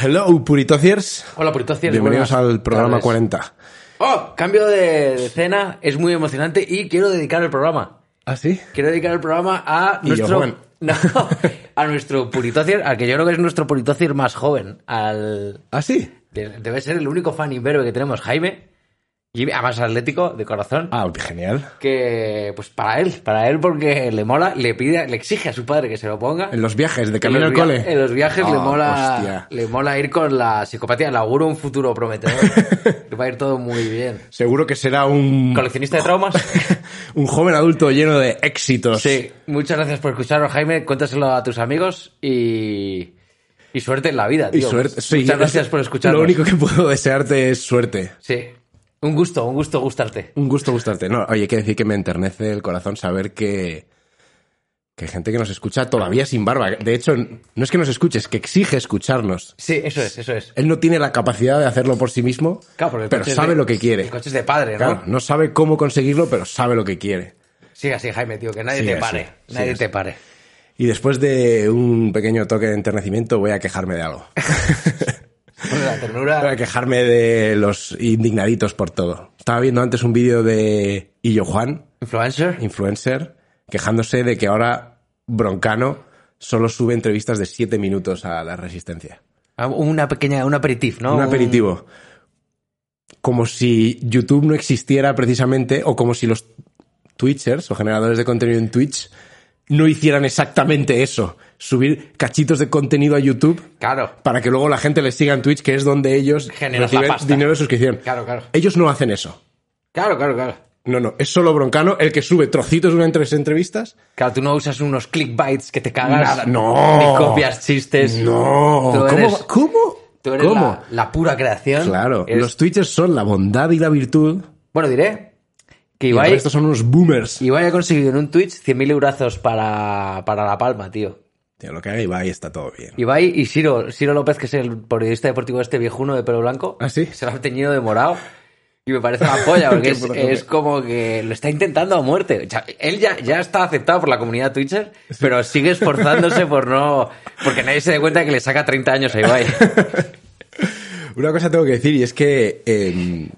Hello, Puritociers. Hola, Puritociers. Bienvenidos buenas al programa tardes. 40. ¡Oh! Cambio de de escena, es muy emocionante y quiero dedicar el programa. ¿Ah, sí? Quiero dedicar el programa a Y yo, nuestro. Juan. No, a nuestro Puritocier, al que yo creo que es nuestro Puritocier más joven. Al. ¿Ah, sí? de- Debe ser el único fan imberbe que tenemos, Jaime. Y además atlético, de corazón. Ah, genial. Que, pues para él, para él porque le mola, le pide, le exige a su padre que se lo ponga. En los viajes, de camino en al los via- cole. En los viajes le, Ah, mola, hostia. le mola ir con la psicopatía. Le auguro un futuro prometedor. Le va a ir todo muy bien. Seguro que será un, Mm. ¿Coleccionista de traumas? un joven adulto lleno de éxitos. sí. Muchas gracias por escucharnos, Jaime. Cuéntaselo a tus amigos y... Y suerte en la vida, Y tío. suerte. sí, Muchas gracias es- por escucharnos. Lo único que puedo desearte es suerte. Sí. Un gusto, un gusto gustarte. Un gusto gustarte. No, oye, hay que decir que me enternece el corazón saber que. Que hay gente que nos escucha todavía sin barba. De hecho, no es que nos escuche, es que exige escucharnos. Sí, eso es, eso es. Él no tiene la capacidad de hacerlo por sí mismo, Claro, porque el pero coche es sabe de- lo que quiere. El coche es de padre, ¿no? Claro, no sabe cómo conseguirlo, pero sabe lo que quiere. Sigue así, Jaime, tío, que nadie Sigue te así, pare. sigue nadie así. te pare. Y después de un pequeño toque de enternecimiento voy a quejarme de algo. Bueno, la voy a ternura... quejarme de los indignaditos por todo. Estaba viendo antes un vídeo de Illo Juan, Influencer. influencer, quejándose de que ahora Broncano solo sube entrevistas de 7 minutos a la resistencia. Ah, Una pequeña, un aperitivo, ¿no? un aperitivo. Como si YouTube no existiera precisamente, o como si los Twitchers o generadores de contenido en Twitch no hicieran exactamente eso. Subir cachitos de contenido a YouTube Claro. para que luego la gente les siga en Twitch, que es donde ellos Generas la reciben pasta. dinero de suscripción. Claro, claro. Ellos no hacen eso. Claro, claro, claro. No, no, es solo Broncano el que sube trocitos durante las entrevistas. Claro, tú no usas unos clickbites que te cagas. Nada, no. Ni copias chistes. No, Tú ¿cómo? eres, ¿Cómo? tú eres ¿Cómo? La, la pura creación. Claro, Eres- los Twitchers son la bondad y la virtud. Bueno, diré que Y Ibai, estos son unos boomers. Ibai ha conseguido en un Twitch 100.000 eurazos para, para La Palma, tío. Tío, lo que haga Ibai está todo bien. Ibai y Ciro, Ciro López, que es el periodista deportivo este viejuno de pelo blanco, ¿Ah, sí? se lo ha teñido de morado. Y me parece una polla, porque Qué es, puta es coña. como que lo está intentando a muerte. O sea, él ya, ya está aceptado por la comunidad Twitcher, pero sigue esforzándose por no. Porque nadie se dé cuenta que le saca 30 años a Ibai. Una cosa tengo que decir y es que... eh,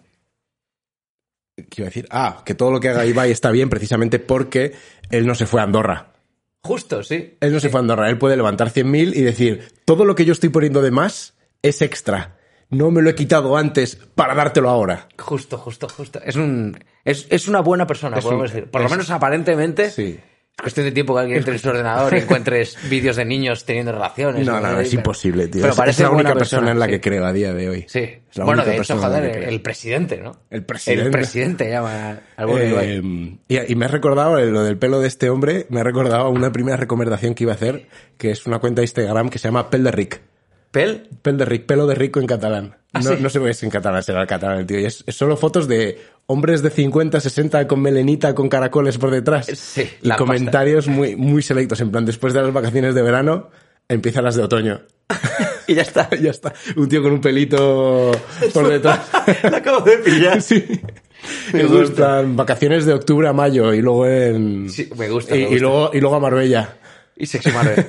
¿Qué iba a decir? Ah, que todo lo que haga Ibai está bien precisamente porque él no se fue a Andorra. Justo, sí. Él no se fue a Andorra. Él puede levantar 100.000 y decir, todo lo que yo estoy poniendo de más es extra. No me lo he quitado antes para dártelo ahora. Justo, justo, justo. Es un. Es, es una buena persona, Es podemos un- decir. Por lo es- menos aparentemente. Sí. Es cuestión de tiempo que alguien entre en su ordenador y encuentres vídeos de niños teniendo relaciones. No, no, no, es Pero- imposible, tío. Pero es, parece es la única buena persona, en la sí. que creo a día de hoy. Sí. Es la bueno, única de hecho, persona en la que joder, creo. el presidente, ¿no? El presidente. El presidente llama al buen Ibai. Eh, y, y me ha recordado eh, lo del pelo de este hombre, me ha recordado una primera recomendación que iba a hacer, que es una cuenta de Instagram que se llama Pel de Ric. Pel, Pel de Ric, pelo de rico en catalán. ¿Ah, no, sí? no sé por qué es en catalán, será el catalán el tío. Y es, es solo fotos de hombres de 50, 60 con melenita, con caracoles por detrás. Sí, y la comentarios muy, muy selectos, en plan, después de las vacaciones de verano, empiezan las de otoño. y ya está. ya está, un tío con un pelito por detrás. Lo acabo de pillar. Sí. Me Me gusta. gustan vacaciones de octubre a mayo y luego en. Sí, me Y, gusta, me y gusta. luego, y luego a Marbella. Y sexy Marvel.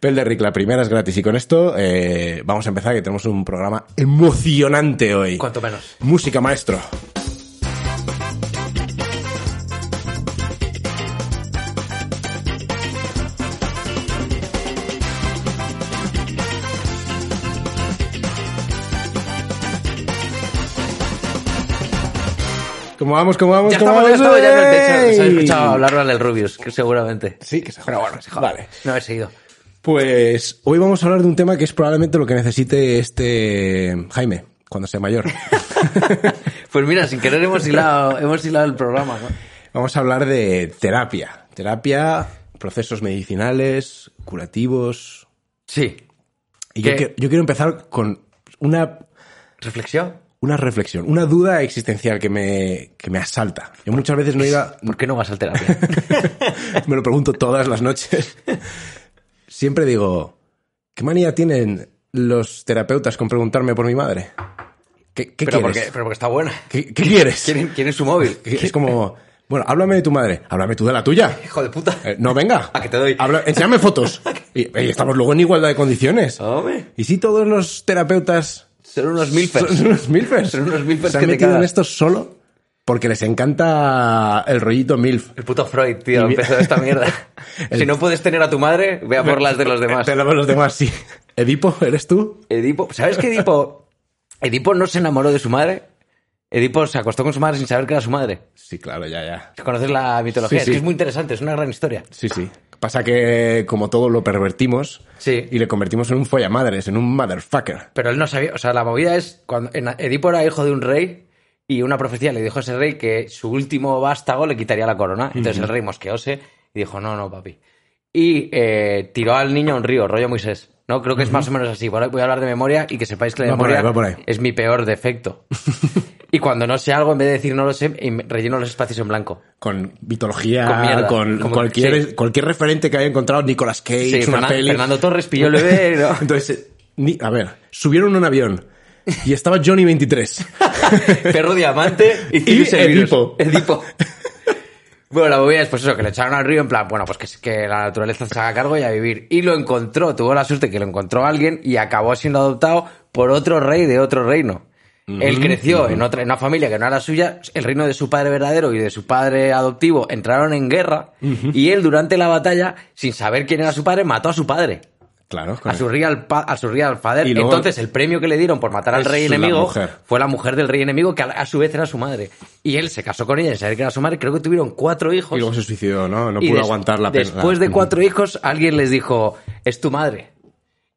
Pel de Rick, la primera es gratis. Y con esto eh, vamos a empezar, que tenemos un programa emocionante hoy. Cuanto menos. Música, maestro. ¿Cómo vamos? ¿Cómo vamos? Ya ¿Cómo estamos, ya vamos? estamos ya en el techo. Os habéis ¡Ey! escuchado hablar del Rubius, que seguramente. Sí, que se joda. Pero bueno, se joda. Vale. No he seguido. Pues hoy vamos a hablar de un tema que es probablemente lo que necesite este Jaime cuando sea mayor. Pues mira, sin querer hemos hilado, hemos hilado el programa, ¿no? Vamos a hablar de terapia. Terapia, procesos medicinales, curativos. Sí. Y yo, ¿Qué? quiero- yo quiero empezar con una, ¿Reflexión? una reflexión, una duda existencial que me, que me asalta. Yo muchas veces no iba, ¿Por qué no vas al terapia? me lo pregunto todas las noches. Siempre digo, ¿qué manía tienen los terapeutas con preguntarme por mi madre? ¿Qué, qué pero, quieres? porque, pero porque está buena. ¿Qué, qué quieres? ¿Quién, quién es su móvil? Es como, Bueno, háblame de tu madre, háblame tú de la tuya. Hijo de puta. Eh, no, venga. ¿A qué te doy? Habla- enséñame fotos. Y, y estamos luego en igualdad de condiciones. Hombre, ¿Y si todos los terapeutas son unos milfers. son unos milfers? Son unos milfers Se que han te metido en cagas. esto solo porque les encanta el rollito milf. El puto Freud, tío, empezó esta mierda. Si no puedes tener a tu madre, ve a por las de los demás. Te lo los demás, sí. Edipo, ¿eres tú? Edipo, ¿sabes qué Edipo? Edipo no se enamoró de su madre. Edipo se acostó con su madre sin saber que era su madre. Sí, claro, ya, ya. ¿Conoces la mitología? Sí, es que sí. es muy interesante, es una gran historia. Sí, sí. Pasa que, como todo, lo pervertimos Sí. y le convertimos en un follamadres, en un motherfucker. Pero él no sabía, o sea, la movida es cuando en- Edipo era hijo de un rey y una profecía le dijo a ese rey que su último vástago le quitaría la corona. Entonces el rey mosqueóse y dijo, no, no, papi. Y eh, tiró al niño a un río, rollo Moisés. No, creo que es más o menos así. Voy a hablar de memoria y que sepáis que la Va por memoria ahí, va por ahí. es mi peor defecto. y cuando no sé algo, en vez de decir no lo sé, em- relleno los espacios en blanco. Con Con mitología, mierda. con, Como- cualquier, sí. cualquier referente que haya encontrado, Nicolas Cage, Sí, una Fernan- peli. Fernando Torres pilló el bebé. ¿no? Entonces, eh, ni- a ver, subieron un avión y estaba Johnny 23. Perro diamante y, Cirus el virus. Edipo. Edipo. Bueno, la movida es pues eso, que le echaron al río en plan, bueno, pues que, es- que la naturaleza se haga cargo y a vivir. Y lo encontró, tuvo la suerte que lo encontró alguien y acabó siendo adoptado por otro rey de otro reino. Él creció en, otra, en una familia que no era suya, el reino de su padre verdadero y de su padre adoptivo entraron en guerra y él durante la batalla, sin saber quién era su padre, mató a su padre. claro, con A el- su real, pa- a su real father. Y luego- Entonces, el premio que le dieron por matar al Es rey la enemigo mujer. fue la mujer del rey enemigo, que a, la- a su vez era su madre. Y él se casó con ella sin saber que era su madre. Creo que tuvieron cuatro hijos. y luego se suicidó, ¿no? No Y pudo des- aguantar la pena. Mm. Después de cuatro hijos, alguien les dijo, es tu madre.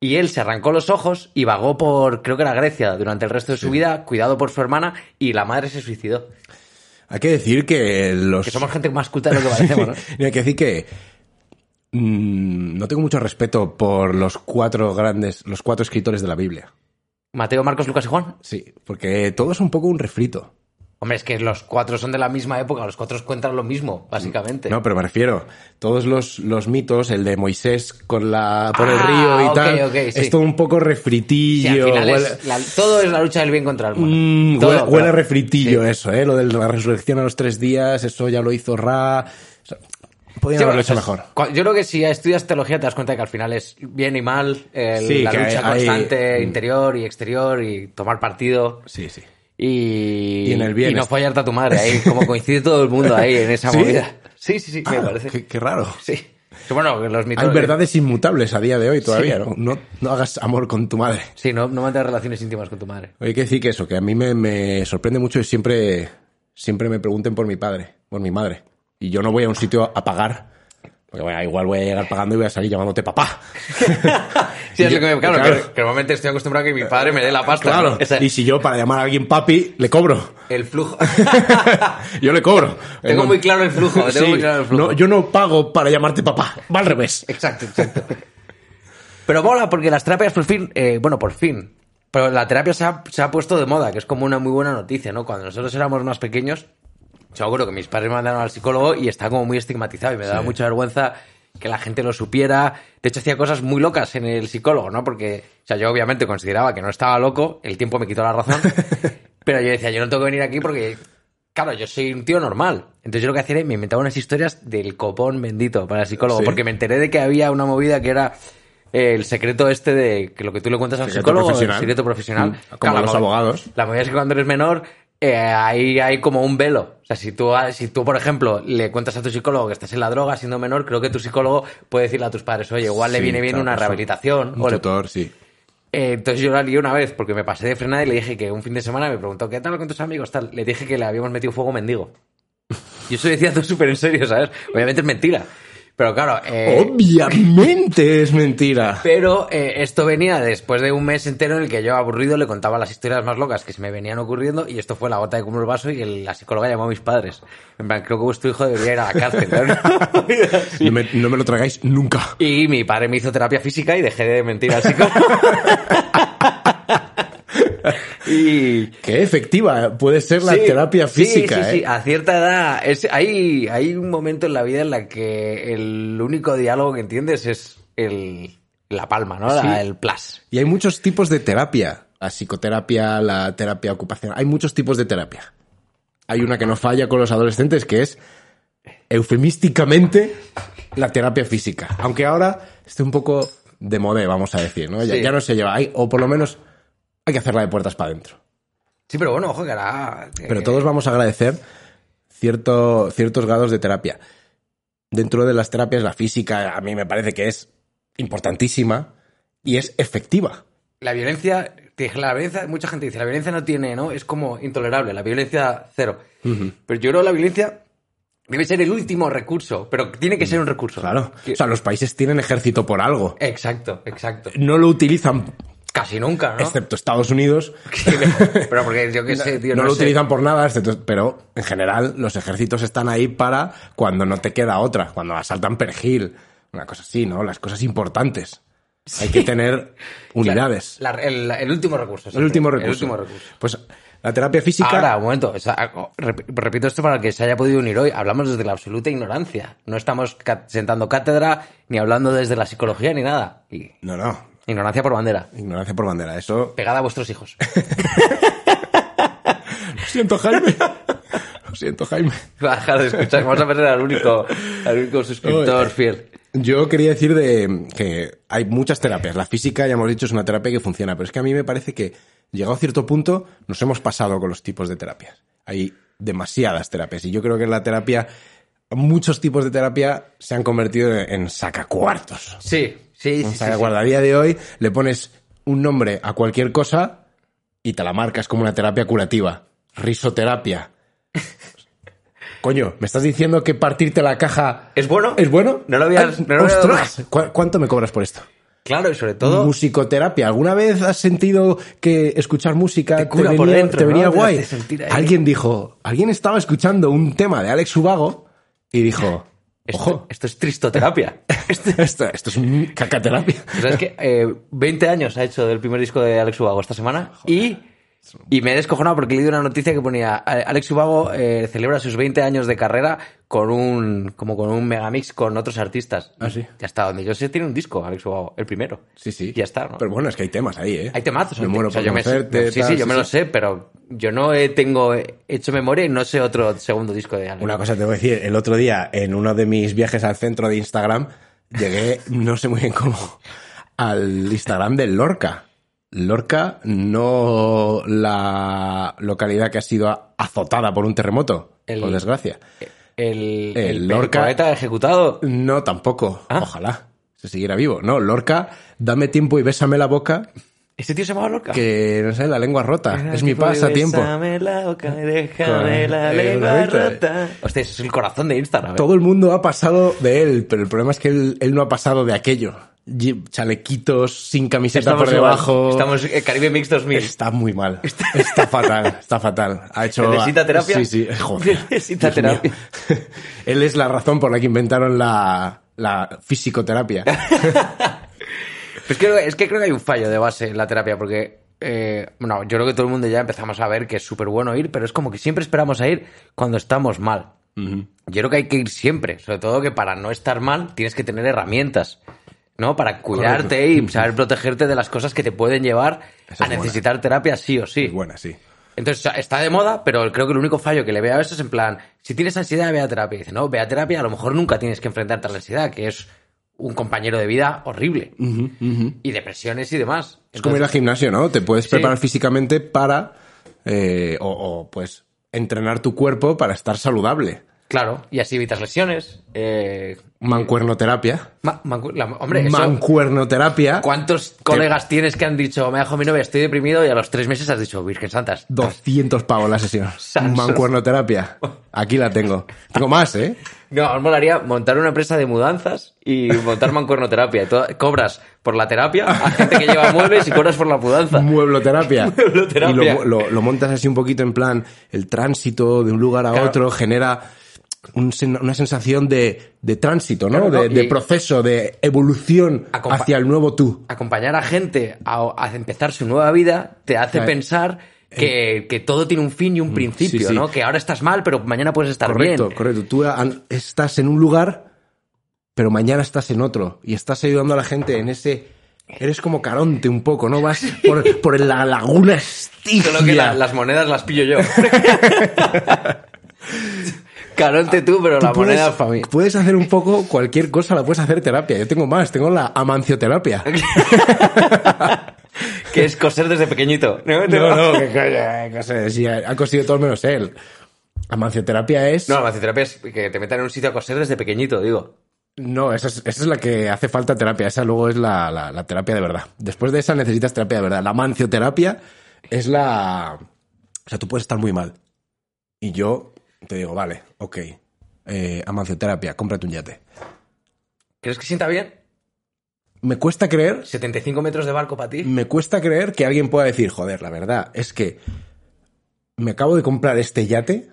Y él se arrancó los ojos y vagó por, creo que era Grecia, durante el resto de su vida, cuidado por su hermana, y la madre se suicidó. Hay que decir que los. Que somos gente más culta de lo que parecemos, ¿no? Y Hay que decir que mm, no tengo mucho respeto por los cuatro grandes, los cuatro escritores de la Biblia. Mateo, Marcos, Lucas y Juan. Sí, porque todo es un poco un refrito. Hombre, es que los cuatro son de la misma época, los cuatro cuentan lo mismo, básicamente. No, pero me refiero, todos los, los mitos, el de Moisés con la por el Ah, río y ok, tal, ok, sí. es todo un poco Sí, refritillo. al final huele, es la- todo es la lucha del bien contra el mal. Mm, Todo, huele- pero- huele a refritillo eso, ¿eh? Lo de la resurrección a los tres días, eso ya lo hizo Ra. O sea, podían Sí, haberlo bueno, hecho o sea, mejor. cua- Yo creo que si estudias teología te das cuenta de que al final es bien y mal, el- Sí, la que lucha hay- hay- constante interior y exterior y tomar partido Sí, sí. y, Y en el bien no es- fallarte a tu madre ahí, como coincide todo el mundo ahí en esa ¿Sí? movida. Sí, Ah, sí, sí, me parece. Ah, Qué, qué raro. Sí. Que Bueno, que los mitos. Hay verdades inmutables a día de hoy todavía, ¿no? No, no hagas amor con tu madre. Sí, no, no mantener relaciones íntimas con tu madre. Hay que decir que eso, que a mí me, me sorprende mucho y siempre, siempre me pregunten por mi padre, por mi madre. Y yo no voy a un sitio a, a pagar. Porque bueno, igual voy a llegar pagando y voy a salir llamándote papá. Sí, es Y- lo que me. Claro, claro. Que, que normalmente estoy acostumbrado a que mi padre me dé la pasta. Claro. ¿no? Esa- Y si yo para llamar a alguien papi, le cobro. el flujo. yo le cobro. Tengo muy claro el flujo, tengo Sí. muy claro el flujo. No, yo no pago para llamarte papá. Va al revés. Exacto, exacto. Pero mola porque las terapias por fin, eh, bueno, por fin, pero la terapia se ha, se ha puesto de moda, que es como una muy buena noticia, ¿no? Cuando nosotros éramos más pequeños, yo acuerdo que mis padres me mandaron al psicólogo y estaba como muy estigmatizado y me daba mucha vergüenza que la gente lo supiera. De hecho, hacía cosas muy locas en el psicólogo, ¿no? Porque, o sea, yo obviamente consideraba que no estaba loco, el tiempo me quitó la razón, pero yo decía, yo no tengo que venir aquí porque, claro, yo soy un tío normal. Entonces yo lo que hacía era, me inventaba unas historias del copón bendito para el psicólogo, Sí. porque me enteré de que había una movida que era eh, el secreto este de que lo que tú le cuentas al Secreto psicólogo, profesional. el secreto profesional. Mm, como la los mo- abogados. La movida es que cuando eres menor eh, ahí hay como un velo. O sea, si tú, ah, si tú, por ejemplo, le cuentas a tu psicólogo que estás en la droga siendo menor, creo que tu psicólogo puede decirle a tus padres, oye, igual le Sí, viene bien claro, una eso. rehabilitación. Un o le- tutor, sí. Eh, entonces yo la lié una vez porque me pasé de frenada y le dije que un fin de semana me preguntó, ¿qué tal con tus amigos? Tal. Le dije que le habíamos metido fuego mendigo. Y eso decía todo súper en serio, ¿sabes? Obviamente es mentira. Pero claro... Oh, eh, Obviamente es mentira. pero eh, esto venía después de un mes entero en el que yo aburrido le contaba las historias más locas que se me venían ocurriendo y esto fue la gota de cumbre el vaso y el- la psicóloga llamó a mis padres. En plan, creo que vuestro hijo debería ir a la cárcel. ¿no? No, me, no me lo tragáis nunca. y mi padre me hizo terapia física y dejé de mentir al psicólogo. y... Qué efectiva puede ser la Sí, terapia sí, física, sí, sí, ¿eh? a cierta edad. es- hay, hay un momento en la vida en la que el único diálogo que entiendes es el, la palma, ¿no? La- Sí. el plus. Y hay muchos tipos de terapia. La psicoterapia, la terapia ocupacional. Hay muchos tipos de terapia. hay una que no falla con los adolescentes, que es eufemísticamente la terapia física. Aunque ahora esté un poco de modé, vamos a decir, ¿no? Ya, Sí. ya no se lleva. Hay- o por lo menos hay que hacerla de puertas para adentro. Sí, pero bueno, ojo, que ahora... que- Pero todos vamos a agradecer cierto, ciertos grados de terapia. Dentro de las terapias, la física a mí me parece que es importantísima y es efectiva. La violencia, te- la violencia, mucha gente dice, la violencia no tiene, ¿no? Es como intolerable, la violencia cero. Pero yo creo que la violencia debe ser el último recurso, pero tiene que ser un recurso. Claro. Que- O sea, los países tienen ejército por algo. exacto, exacto. No lo utilizan, Casi nunca, ¿no? excepto Estados Unidos. pero porque yo qué sé, tío, este no, no, lo sé. utilizan por nada, excepto- pero en general los ejércitos están ahí para cuando no te queda otra, cuando asaltan perejil, una cosa así, ¿no? Las cosas importantes. Hay que tener unidades. La- el, el último recurso. El siempre. último recurso. El último recurso. Pues la terapia física. Ahora, un momento. o sea, hago- rep- repito esto para que se haya podido unir hoy. Hablamos desde la absoluta ignorancia. No estamos ca- sentando cátedra, ni hablando desde la psicología, ni nada. Y- No, no. ignorancia por bandera. Ignorancia por bandera. Eso. Pegada a vuestros hijos. Lo siento, Jaime. Lo siento, Jaime. Va a dejar de escuchar. Vamos a perder al único, al único suscriptor Oye. fiel. Yo quería decir de que hay muchas terapias. La física, ya hemos dicho, es una terapia que funciona, pero es que a mí me parece que, llegado a cierto punto, nos hemos pasado con los tipos de terapias. Hay demasiadas terapias y yo creo que la terapia, muchos tipos de terapia se han convertido en sacacuartos. Sí, sí, O sí. sí, sea, que sí. guarda, a día de hoy le pones un nombre a cualquier cosa y te la marcas como una terapia curativa. Risoterapia. Coño, ¿me estás diciendo que partirte la caja ¿Es bueno? es bueno? No lo había- Ay, no lo había dado ostras, ¿cu- ¿cuánto me cobras por esto? Claro, y sobre todo. Musicoterapia. ¿Alguna vez has sentido que escuchar música Te te, cura venía, por dentro, te ¿no? venía Te guay? hace sentir ahí. Alguien dijo, alguien estaba escuchando un tema de Alex Ubago y dijo, Esto, ojo, esto es tristoterapia. este- esto, esto es un cacaterapia. ¿Sabes qué? Eh, 20 años ha hecho del primer disco de Alex Ubago esta semana y, y me he descojonado porque he leído una noticia que ponía "A- Alex Ubago eh, celebra sus 20 años de carrera con un como con un megamix con otros artistas. Ah, sí. Ya está, donde yo sé tiene un disco Alex Ubago, el primero. Sí, sí. Ya está, ¿no? Pero bueno, es que hay temas ahí, ¿eh? Hay temazos. Me hay te- muero o sea, por yo me- conocerte, Sí, sí, tal, yo me lo sé, pero yo no eh, tengo eh, hecho memoria y no sé otro segundo disco de Alex. Una cosa te voy a decir, el otro día, en uno de mis viajes al centro de Instagram, llegué, no sé muy bien cómo, al Instagram de Lorca. Lorca, no la localidad que ha sido azotada por un terremoto, El- por desgracia. El, el, El Eh, Lorca- poeta ejecutado. No, tampoco. Ah. Ojalá. Se siguiera vivo. No, Lorca, dame tiempo y bésame la boca, ¿Ese ¿Este tío se llamaba Lorca? que, no sé, la lengua rota. Mira, Es mi tipo, pasatiempo. bésame la boca, déjame Con- la eh, lengua ¿verdad? rota. Hostia, eso es el corazón de Instagram. ¿eh? Todo el mundo ha pasado de él, pero el problema es que él, él no ha pasado de aquello. Ye- Chalequitos sin camiseta por igual. debajo. Estamos eh, Caribe Mix 2000. Está muy mal. Está fatal, está fatal. Ha hecho... ¿Necesita terapia? Sí, sí. Joder. Necesita Dios mío. terapia. Él es la razón por la que inventaron la, la fisicoterapia. Pues creo- es que creo que hay un fallo de base en la terapia porque... eh, no, yo creo que todo el mundo ya empezamos a ver que es súper bueno ir, pero es como que siempre esperamos a ir cuando estamos mal. Yo creo que hay que ir siempre, sobre todo que para no estar mal tienes que tener herramientas, ¿no? Para cuidarte y saber protegerte de las cosas que te pueden llevar Esa a es buena. necesitar terapia sí o sí. Es buena, sí. Entonces, o sea, está de moda, pero creo que el único fallo que le veo a eso es en plan, si tienes ansiedad, ve a terapia. Y dice, no, ve a terapia, a lo mejor nunca tienes que enfrentarte a la ansiedad, que es un compañero de vida horrible. Y depresiones y demás. Es como ir al Entonces, gimnasio, ¿no? Te puedes Sí. preparar físicamente para... eh, o, o, pues entrenar tu cuerpo para estar saludable. Claro, y así evitas lesiones. eh, Mancuernoterapia. ma- mancu- la- hombre, eso- Mancuernoterapia. ¿cuántos colegas tienes que han dicho, me dejo mi novia, estoy deprimido? Y a los tres meses has dicho, Virgen Santas. 200 pavos la sesión. Sansos. Mancuernoterapia. Aquí la tengo. Tengo más, ¿eh? No, os molaría montar una empresa de mudanzas y montar mancuernoterapia. Y to- Cobras por la terapia a gente que lleva muebles y cobras por la mudanza. Muebloterapia. Muebloterapia. Y lo, lo- lo montas así un poquito en plan, el tránsito de un lugar a Claro. otro genera un sen- una sensación de, de tránsito, ¿no? Claro, ¿no? De, de Y- proceso, de evolución Acompa- hacia el nuevo tú. acompañar a gente a, a empezar su nueva vida te hace Claro. Eh. Mm, pensar que, que todo tiene un fin y un principio, sí, sí. ¿no? Que ahora estás mal, pero mañana puedes estar correcto, bien. correcto. Tú ah, an- estás en un lugar, pero mañana estás en otro. Y estás ayudando a la gente en ese Eres como Caronte un poco, ¿no? Vas por, por la laguna estigia. Solo que la- las monedas las pillo yo. Caronte tú, pero Tú la puedes- moneda es para mí. Puedes hacer un poco cualquier cosa, la puedes hacer terapia. Yo tengo más, tengo la amancioterapia. Que es coser desde pequeñito. No, No, no, que coño, que sé, si ha ha conseguido todo menos él. Amancioterapia es... No, la No, macioterapia es que te metan en un sitio a coser desde pequeñito, digo. esa, es, esa es la que hace falta terapia. Esa luego es la, la- la terapia de verdad. Después de esa necesitas terapia de verdad. La amancioterapia es la... O sea, tú puedes estar muy mal. Y yo te digo, vale, ok. Eh, amancioterapia, cómprate un yate. ¿Crees que sienta bien? Me cuesta creer 75 metros de barco para ti. me cuesta creer que alguien pueda decir, joder, la verdad, es que me acabo de comprar este yate.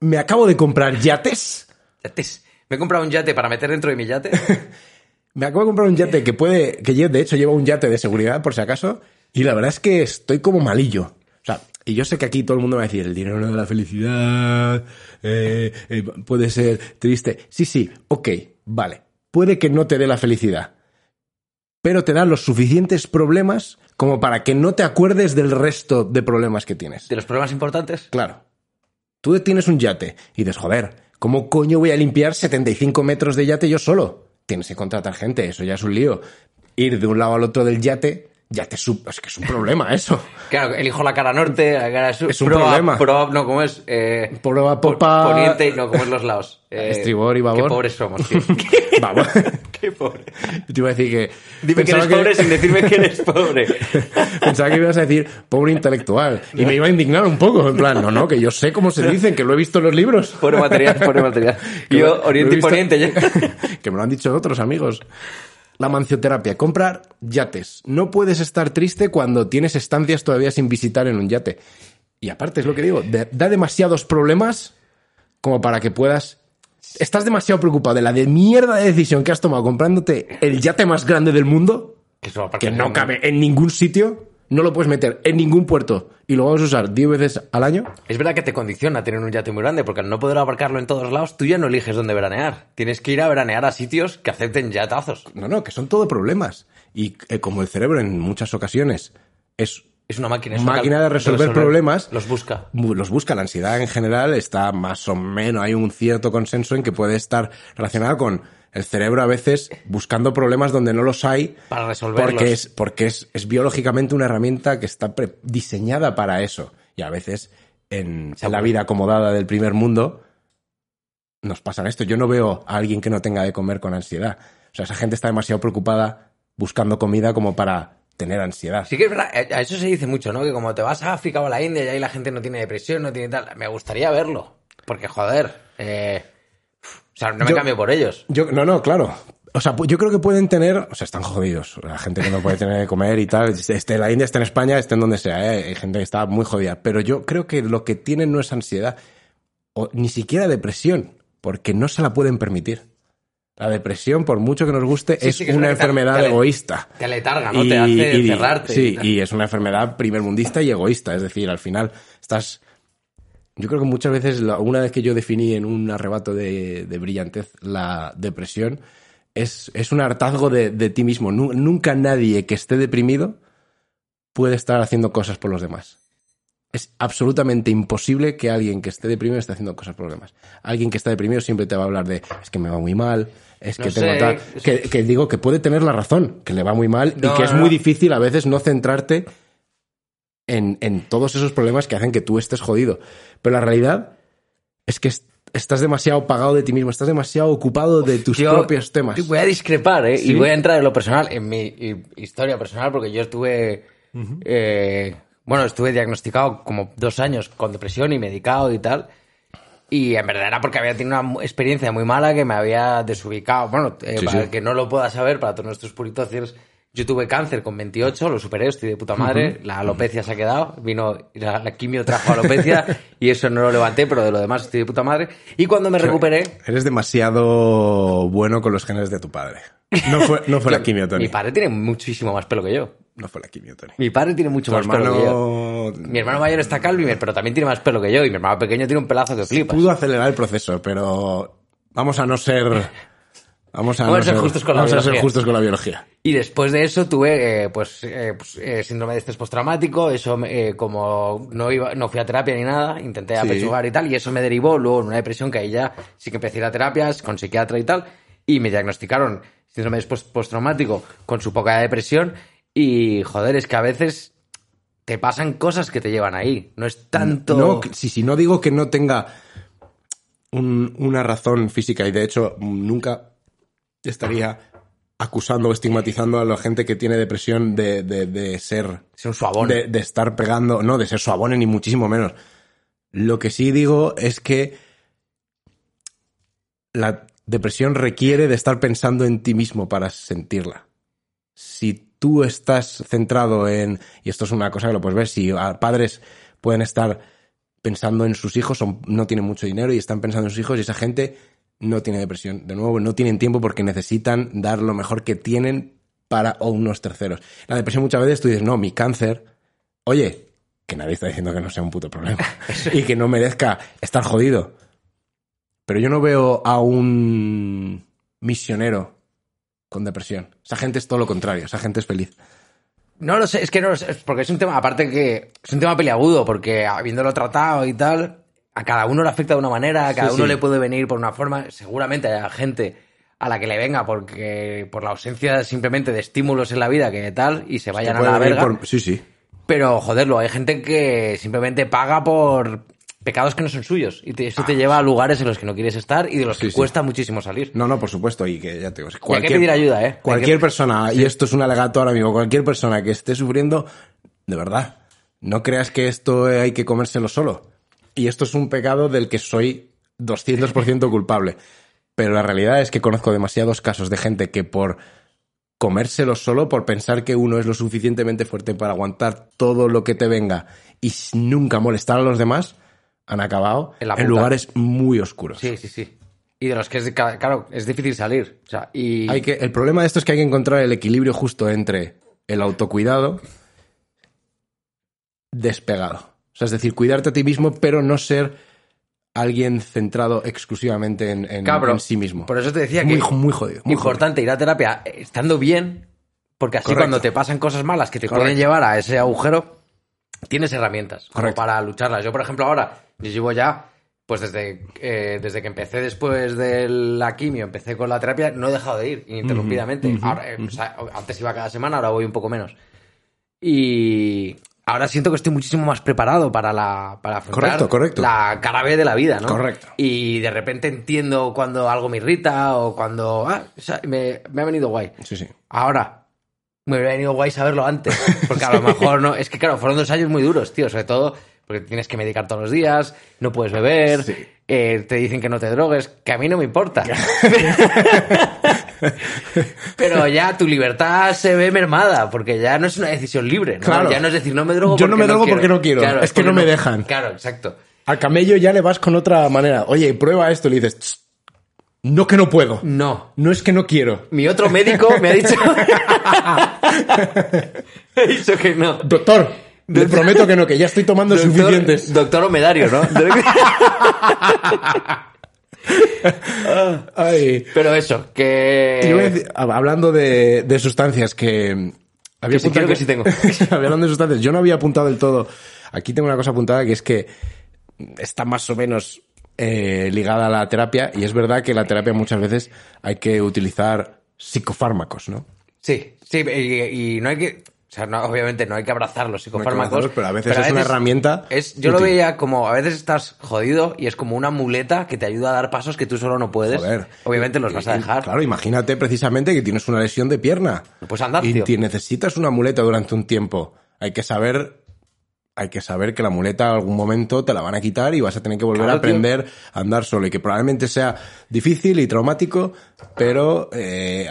Me acabo de comprar yates. Yates. Me he comprado un yate para meter dentro de mi yate. Me acabo de comprar un yate que puede, que lle- de hecho lleva un yate de seguridad por si acaso. Y la verdad es que estoy como malillo. O sea, y yo sé que aquí todo el mundo va a decir, el dinero no es la felicidad, eh, eh, puede ser triste. Sí, sí, ok, vale. Puede que no te dé la felicidad. pero te dan los suficientes problemas como para que no te acuerdes del resto de problemas que tienes. De los problemas importantes. Claro. Tú tienes un yate y dices, joder, ¿cómo coño voy a limpiar 75 metros de yate yo solo? Tienes que contratar gente, eso ya es un lío. Ir de un lado al otro del yate, ya te sup- es que es un problema eso. Claro, elijo la cara norte, la cara sur. Es un proa- problema. proa- no, ¿cómo es? Eh, Prueba popa. Poniente, no, ¿cómo es los lados? Eh, Estribor y babor. Qué pobres somos, tío. Vamos. qué pobre. Te iba a decir que. Dime que eres pensaba pobre sin decirme que eres pobre. Pensaba que ibas a decir pobre intelectual. Y me iba a indignar un poco. En plan, no, no, que yo sé cómo se dicen, que lo he visto en los libros. Pobre material, pobre material. Que Yo, me- oriente me y he visto- poniente. ya. que me lo han dicho otros amigos. La mancioterapia. Comprar yates. No puedes estar triste cuando tienes estancias todavía sin visitar en un yate. Y aparte, es lo que digo, de- da demasiados problemas como para que puedas... Estás demasiado preocupado de la de mierda de decisión que has tomado comprándote el yate más grande del mundo, Que, eso, aparte, que no cabe en ningún sitio, no lo puedes meter en ningún puerto y lo vas a usar 10 veces al año. Es verdad que te condiciona tener un yate muy grande, porque al no poder abarcarlo en todos lados, tú ya no eliges dónde veranear. Tienes que ir a veranear a sitios que acepten yatazos. No, no, que son todo problemas. Y eh, como el cerebro en muchas ocasiones es Es una máquina. es una máquina de cal- resolver, problemas, Los busca. bu- los busca. La ansiedad en general está más o menos, hay un cierto consenso en que puede estar relacionada con el cerebro a veces buscando problemas donde no los hay. Para resolverlos. Porque, es, porque es, es biológicamente una herramienta que está pre- diseñada para eso. Y a veces en, en la vida acomodada del primer mundo nos pasan esto. Yo no veo a alguien que no tenga de comer con ansiedad. O sea, esa gente está demasiado preocupada buscando comida como para tener ansiedad. Sí que es verdad, eh, a a eso se dice mucho, ¿no? Que como te vas a África o a la India y ahí la gente no tiene depresión, no tiene tal. Me gustaría verlo. Porque, joder, eh, o sea, no me Yo- cambio por ellos. Yo, no, no, claro. O sea, pu- yo creo que pueden tener, o sea, están jodidos. La gente que no puede tener de comer y tal, esté en la India, esté en España, esté en donde sea, ¿eh? hay gente que está muy jodida. Pero yo creo que lo que tienen no es ansiedad, o ni siquiera depresión, porque no se la pueden permitir. La depresión, por mucho que nos guste, Sí, es sí, que es una verdad que te- enfermedad te ale- egoísta. Te aletarga, ¿no? te hace cerrarte. Sí, y es una enfermedad primermundista y egoísta. Es decir, al final estás. Yo creo que muchas veces, la- una vez que yo definí en un arrebato de, de brillantez la depresión, es, es un hartazgo de, de ti mismo. Nu- nunca nadie que esté deprimido puede estar haciendo cosas por los demás. Es absolutamente imposible que alguien que esté deprimido esté haciendo cosas por los demás. Alguien que está deprimido siempre te va a hablar de es que me va muy mal, es No que tengo sé, tal. es- Que, que digo que puede tener la razón, que le va muy mal No, y que es no, muy no. difícil a veces no centrarte en, en todos esos problemas que hacen que tú estés jodido. Pero la realidad es que es- estás demasiado pagado de ti mismo, estás demasiado ocupado de tus Yo propios temas. Voy a discrepar, ¿eh? Sí. Y voy a entrar en lo personal, en mi hi- historia personal, porque yo estuve. eh, bueno, estuve diagnosticado como dos años con depresión y medicado y tal. Y en verdad era porque había tenido una mu- experiencia muy mala que me había desubicado. Bueno, eh, Sí, para sí. el que no lo pueda saber, para todos nuestros puritocios, yo tuve cáncer con 28, lo superé, estoy de puta madre. La alopecia se ha quedado, vino, la, la quimio trajo alopecia y eso no lo levanté, pero de lo demás estoy de puta madre. Y cuando me recuperé, Eres demasiado bueno con los genes de tu padre. No fue, no fue la quimio, Tony. Mi padre tiene muchísimo más pelo que yo. No fue la quimio, Tony. Mi padre tiene mucho Tu más pelo que yo. hermano Mi hermano mayor está calvo, y me- pero también tiene más pelo que yo. Y mi hermano pequeño tiene un pelazo que flipas. pudo acelerar el proceso, pero vamos a no ser Vamos a, Vamos a no ser justos con la vamos a ser biología. justos con la biología. Y después de eso tuve eh, pues, eh, pues, eh, síndrome de estrés postraumático, eso me- eh, como no iba, no fui a terapia ni nada, intenté apechugar y tal, y eso me derivó luego en una depresión que ahí ya sí que empecé a ir a terapias con psiquiatra y tal, y me diagnosticaron síndrome de post- postraumático con su poca depresión, y joder, es que a veces te pasan cosas que te llevan ahí, no es tanto... No, que- sí, sí, no digo que no tenga un- una razón física y de hecho nunca estaría acusando o estigmatizando a la gente que tiene depresión de, de- de ser, es un suavón. de, de estar pegando, no, de ser suavones ni muchísimo menos. Lo que sí digo es que la depresión requiere de estar pensando en ti mismo para sentirla. Si tú estás centrado en, y esto es una cosa que lo puedes ver, si ah, padres pueden estar pensando en sus hijos, son- no tienen mucho dinero y están pensando en sus hijos y esa gente no tiene depresión. De nuevo, no tienen tiempo porque necesitan dar lo mejor que tienen para o unos terceros. La depresión muchas veces tú dices, no, mi cáncer, oye, que nadie está diciendo que no sea un puto problema y que no merezca estar jodido. Pero yo no veo a un misionero con depresión. Esa gente es todo lo contrario, esa gente es feliz. No lo sé, es que no lo sé, es porque es un tema, aparte que es un tema peliagudo, porque habiéndolo tratado y tal, a cada uno le afecta de una manera, a cada Sí, uno sí. le puede venir por una forma, seguramente a gente a la que le venga porque por la ausencia simplemente de estímulos en la vida que tal y se vayan a Puede la venir verga. por- Sí, sí. Pero joderlo, hay gente que simplemente paga por pecados que no son suyos y te- eso te lleva a lugares en los que no quieres estar y de los Sí, que sí. cuesta muchísimo salir. No, no, por supuesto, y que ya te digo, es Y hay que pedir ayuda, ¿eh? Hay Cualquier que- persona, y esto es un alegato ahora mismo, cualquier persona que esté sufriendo, de verdad, no creas que esto eh, hay que comérselo solo. Y esto es un pecado del que soy 200% culpable. Pero la realidad es que conozco demasiados casos de gente que por comérselo solo, por pensar que uno es lo suficientemente fuerte para aguantar todo lo que te venga y s- nunca molestar a los demás, han acabado En la en puta. lugares muy oscuros. Sí, sí, sí. Y de los que es, ca- claro, es difícil salir. O sea, y... Hay que, el problema de esto es que hay que encontrar el equilibrio justo entre el autocuidado despegado. O sea, es decir, cuidarte a ti mismo, pero no ser alguien centrado exclusivamente en, en- Claro, pero en sí mismo. Por eso te decía muy, que muy jodido. muy importante ir a terapia estando bien, porque así Correcto. cuando te pasan cosas malas que te pueden Correcto. llevar a ese agujero, tienes herramientas como Correcto. para lucharlas. Yo, por ejemplo, ahora, yo llevo ya, pues desde, eh, desde que empecé después de la quimio, empecé con la terapia, no he dejado de ir ininterrumpidamente. Ahora, eh, o sea, antes iba cada semana, ahora voy un poco menos. Y ahora siento que estoy muchísimo más preparado para la para afrontar Correcto, correcto. la cara B de la vida, ¿no? Correcto. Y de repente entiendo cuando algo me irrita o cuando ah, o sea, me, me ha venido guay. jodido. Sí, sí. Ahora me hubiera venido guay saberlo antes, porque a lo mejor no, es que claro, fueron dos años muy duros, tío, sobre todo porque tienes que medicar todos los días, no puedes beber, Sí. eh, te dicen que no te drogues, que a mí no me importa. Pero ya tu libertad se ve mermada, porque ya no es una decisión libre, ¿no? Claro. Ya no es decir, no me drogo Yo no porque me drogo porque no quiero, es que porque no me dejan. Claro, exacto. Al camello ya le vas con otra manera. Oye, prueba esto y le dices, "Tss, no que no puedo. No, No es que no quiero. mi otro médico me ha dicho. me ha dicho que no. Doctor, le Doctor- prometo que no, que ya estoy tomando suficientes. Doctor Homedario, ¿no? Ay. Pero eso, que. Yo voy a decir- hab- hablando de, de sustancias que... Había Eh, Que sí, apuntado creo que sí tengo. hablando de sustancias, yo no había apuntado del todo. Aquí tengo una cosa apuntada que es que está más o menos eh, ligada a la terapia y es verdad que la terapia muchas veces hay que utilizar psicofármacos, ¿no? Sí, sí, y, y no hay que. O sea, no, obviamente no hay que abrazar los No hay que psicofármacos. abrazarlos, pero a veces es una herramienta es- yo lo útil. veía como. A veces estás jodido y es como una muleta que te ayuda a dar pasos que tú solo no puedes. Joder. Obviamente los vas a Y- dejar. Claro, imagínate precisamente que tienes una lesión de pierna. Pues andar, y tío. te- necesitas una muleta durante un tiempo. Hay que saber. Hay que saber que la muleta en algún momento te la van a quitar y vas a tener que volver Claro, a aprender a andar solo. Y que probablemente sea difícil y traumático, pero eh,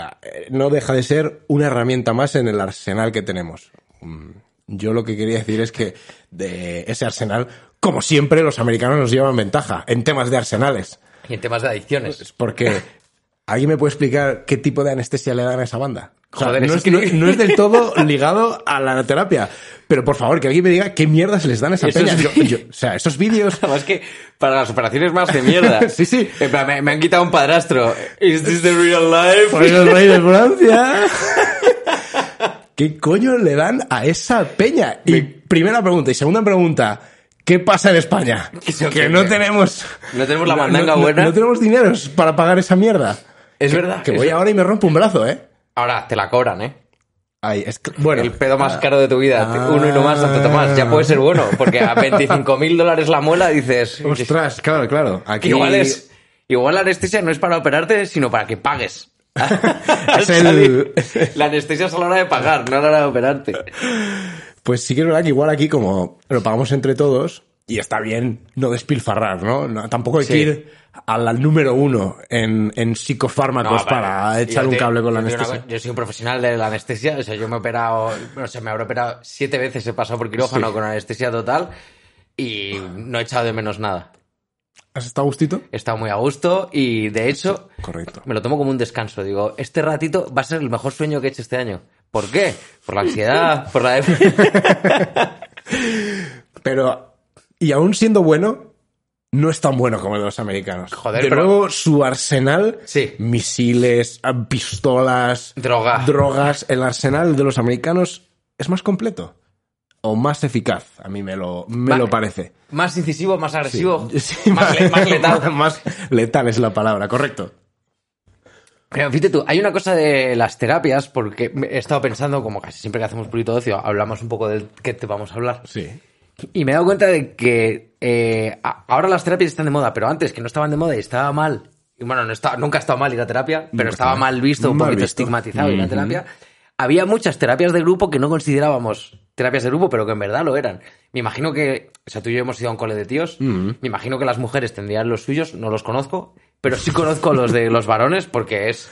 no deja de ser una herramienta más en el arsenal que tenemos. Mm, Yo lo que quería decir es que de ese arsenal, como siempre, los americanos nos llevan ventaja en temas de arsenales. Y en temas de adicciones. Porque ¿Alguien me puede explicar qué tipo de anestesia le dan a esa banda? O sea, Joder, no, es es, que- no- no es del todo ligado a la terapia. Pero por favor, que alguien me diga qué mierdas les dan a esa Esos peña. Yo- vi- yo- o sea, esos vídeos. Es que para las operaciones más de mierda. Sí, sí. En plan, me, me han quitado un padrastro. ¿Is this the real life? Soy el rey de Francia. ¿Qué coño le dan a esa peña? Y primera pregunta. Y segunda pregunta. ¿Qué pasa en España? Sí, Que sí, no sí. tenemos... No tenemos la no- mandanga no- buena. No, tenemos dineros para pagar esa mierda. Es Que- verdad, Que es voy verdad. ahora y me rompo un brazo, ¿eh? Ahora te la cobran, ¿eh? Ay, es que- bueno. El pedo más ah, caro de tu vida. Ah. Uno y no más, Santo Tomás. Ya puede ser bueno, porque a 25 mil dólares la muela dices. Ostras, claro, claro. que Aquí Igual es. Igual la anestesia no es para operarte, sino para que pagues. Es el- La anestesia es a la hora de pagar, no a la hora de operarte. Pues sí que es verdad que igual aquí como lo pagamos entre todos y está bien no despilfarrar, ¿no? No, tampoco hay Sí. que ir al número uno en, en psicofármacos No, Pues para vale. echar Yo un te- cable con la yo te digo una anestesia. cosa, Yo soy un profesional de la anestesia, o sea, yo me he operado, o sea, me habré operado siete veces, he pasado por quirófano Sí. con anestesia total y no he echado de menos nada. ¿Has estado a gustito? He estado muy a gusto y de hecho Correcto. me lo tomo como un descanso. Digo, este ratito va a ser el mejor sueño que he hecho este año. ¿Por qué? Por la ansiedad, por la... Pero, y aún siendo bueno, no es tan bueno como el de los americanos. Joder, de pero- nuevo, su arsenal, Sí. misiles, ah, pistolas, Droga. drogas, el arsenal de los americanos es más completo o más eficaz, a mí me lo, me Va- lo parece. más incisivo, más agresivo, Sí, más, le- más letal. Más letal es la palabra, correcto. Pero fíjate tú, hay una cosa de las terapias, porque me- he estado pensando, como casi siempre que hacemos purito ocio, hablamos un poco del que te vamos a hablar. Sí. Y me he dado cuenta de que eh, a- ahora las terapias están de moda, pero antes que no estaban de moda y estaba mal. Y bueno, no está, nunca ha estado mal ir a terapia, pero estaba estaba mal visto, un mal poquito visto. estigmatizado ir a terapia. Había muchas terapias de grupo que no considerábamos terapias de grupo, pero que en verdad lo eran. Me imagino que, o sea, tú y yo hemos ido a un cole de tíos, me imagino que las mujeres tendrían los suyos, no los conozco, pero sí conozco a los de los varones porque es...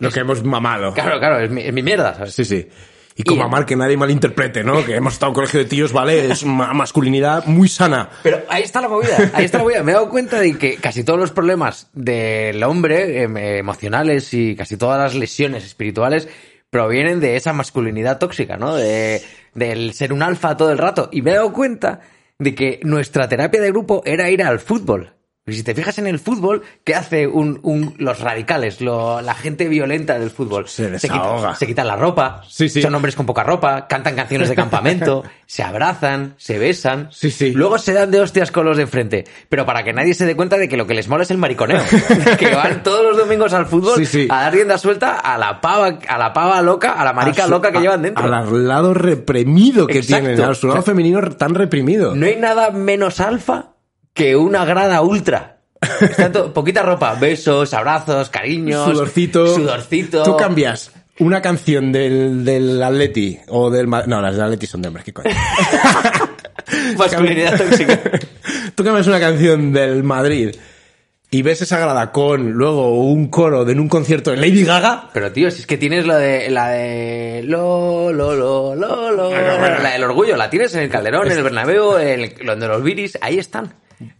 Lo que hemos mamado. Claro, claro, es mi, es mi mierda, ¿sabes? Sí, sí. Y como Y- amar que nadie malinterprete, ¿no? Que hemos estado en colegio de tíos, ¿vale? Es una masculinidad muy sana. Pero ahí está la movida, ahí está la movida. Me he dado cuenta de que casi todos los problemas del hombre, em, eh, emocionales y casi todas las lesiones espirituales, provienen de esa masculinidad tóxica, ¿no? De, del ser un alfa todo el rato. Y me he dado cuenta de que nuestra terapia de grupo era ir al fútbol. Y si te fijas en el fútbol, ¿qué hace un, un- los radicales, lo- la gente violenta del fútbol? Se quita- desahoga. se quitan la ropa, Sí, sí. son hombres con poca ropa, cantan canciones de campamento, se abrazan, se besan. Sí, sí. Luego se dan de hostias con los de enfrente, pero para que nadie se dé cuenta de que lo que les mola es el mariconeo. que van todos los domingos al fútbol Sí, sí. a dar rienda suelta a la pava, a la pava loca, a la marica A su- loca que a- llevan dentro. Al lado reprimido que Exacto. tienen, al su lado femenino tan reprimido. No hay nada menos alfa que una grada ultra. Está to- poquita ropa, besos, abrazos, cariños, sudorcito. sudorcito. Tú cambias una canción del, del Atleti o del... Ma- No, las del Atleti son de hombres, qué coño. Masculinidad tóxica. Tú cambias una canción del Madrid y ves esa grada con luego un coro de en un concierto de Lady Gaga. Pero tío, si es que tienes la de la de lo lo lo lo lo Ah, la del orgullo, la tienes en el Calderón, en el Bernabéu, en el, donde los viris, ahí están.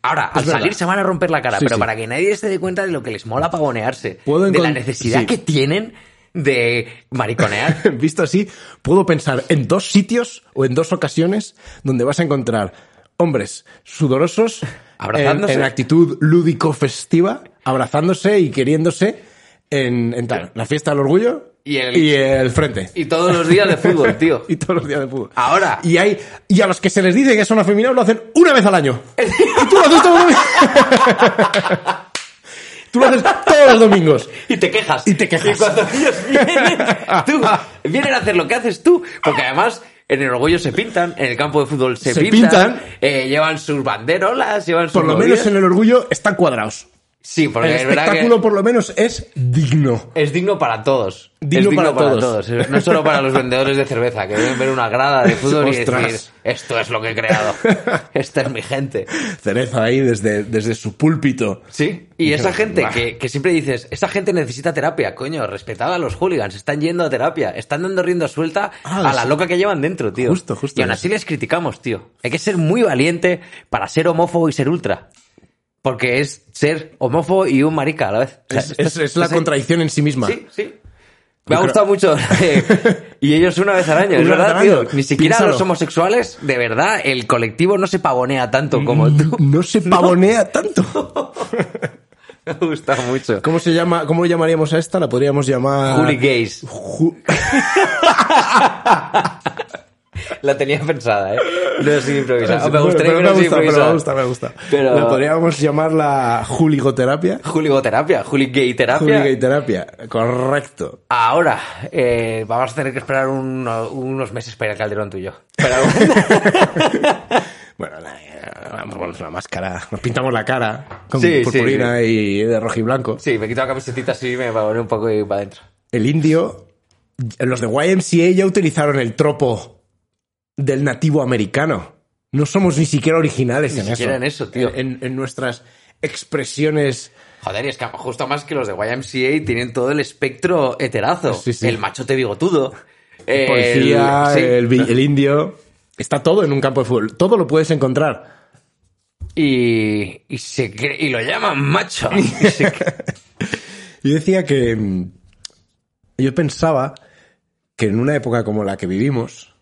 Ahora, al verdad. salir se van a romper la cara, Sí, pero sí. para que nadie se dé cuenta de lo que les mola pavonearse, Puedo de la encon- necesidad sí. que tienen de mariconear. Visto así, puedo pensar en dos sitios o en dos ocasiones donde vas a encontrar hombres sudorosos eh, Abrazándose. en, en actitud lúdico festiva, abrazándose y queriéndose en, en tal, la fiesta del orgullo Y el- frente. y todos los días de fútbol, tío. Ah. Y todos los días de fútbol. Ahora. Y, hay, y a los que se les dice que son afeminados lo hacen una vez al año. y tú lo haces todos los domingos. Tú lo haces todos los domingos. Y te quejas. Y te quejas. Y cuando ellos vienen, tú, vienen a hacer lo que haces tú. Porque además, en el orgullo se pintan, en el campo de fútbol se, Se pintan, pintan. eh, llevan sus banderolas, llevan sus Por lo movidas. menos en el orgullo están cuadrados. Sí, porque el es verdad espectáculo que por lo menos es digno. es digno para todos. Digno es para todos. No solo para los vendedores de cerveza, que deben ver una grada de fútbol y Ostras. decir, esto es lo que he creado. Esta es mi gente. Cereza ahí desde, desde su púlpito. Sí. Y esa gente Bah. que, que siempre dices, esa gente necesita terapia, coño, respetada a los hooligans, están yendo a terapia, están dando rienda suelta Ah, a la sí. loca que llevan dentro, tío. Justo, justo. Y aún así les criticamos, tío. Hay que ser muy valiente para ser homófobo y ser ultra. Porque es ser homófobo y un marica a la vez. O sea, Es, estás- es- es la estás ahí. contradicción en sí misma. Sí, sí. Me ha gustado mucho. eh, y ellos una vez al año, es Una vez verdad, al tío. año. Ni siquiera Piénsalo. los homosexuales, de verdad, el colectivo no se pavonea tanto Mm. como tú. No se pavonea tanto. Me ha gustado mucho. ¿Cómo se llama? ¿Cómo le llamaríamos a esta? La podríamos llamar. Juli Gays. Ju- La tenía pensada, ¿eh? No es improvisada. Me Bueno, gustaría pero que no me gusta, pero me sea improvisada. gusta, me gusta. Pero- La podríamos llamar la juligoterapia. Juligoterapia, juligayterapia. Juligayterapia, correcto. Ahora, eh, vamos a tener que esperar uno- unos meses para ir al Calderón tú y yo. Pero- Bueno, nada, vamos a ponernos la máscara, nos pintamos la cara con Sí, sí, purpurina y de rojo y blanco. sí, me quito la camiseta así y me pavoné un poco y para adentro. El indio, los de YMCA ya utilizaron el tropo del nativo americano. No somos ni siquiera originales en siquiera eso. en eso, tío. En, en nuestras expresiones. Joder, y es que justo más que los de YMCA tienen todo el espectro heterazo. Sí, sí. El machote bigotudo. el- poesía, sí. el, vi- el indio. Está todo en un campo de fútbol. Todo lo puedes encontrar. Y, y, se cre- y lo llaman macho. Y se cre- Yo decía que. mm, Yo pensaba que en una época como la que vivimos,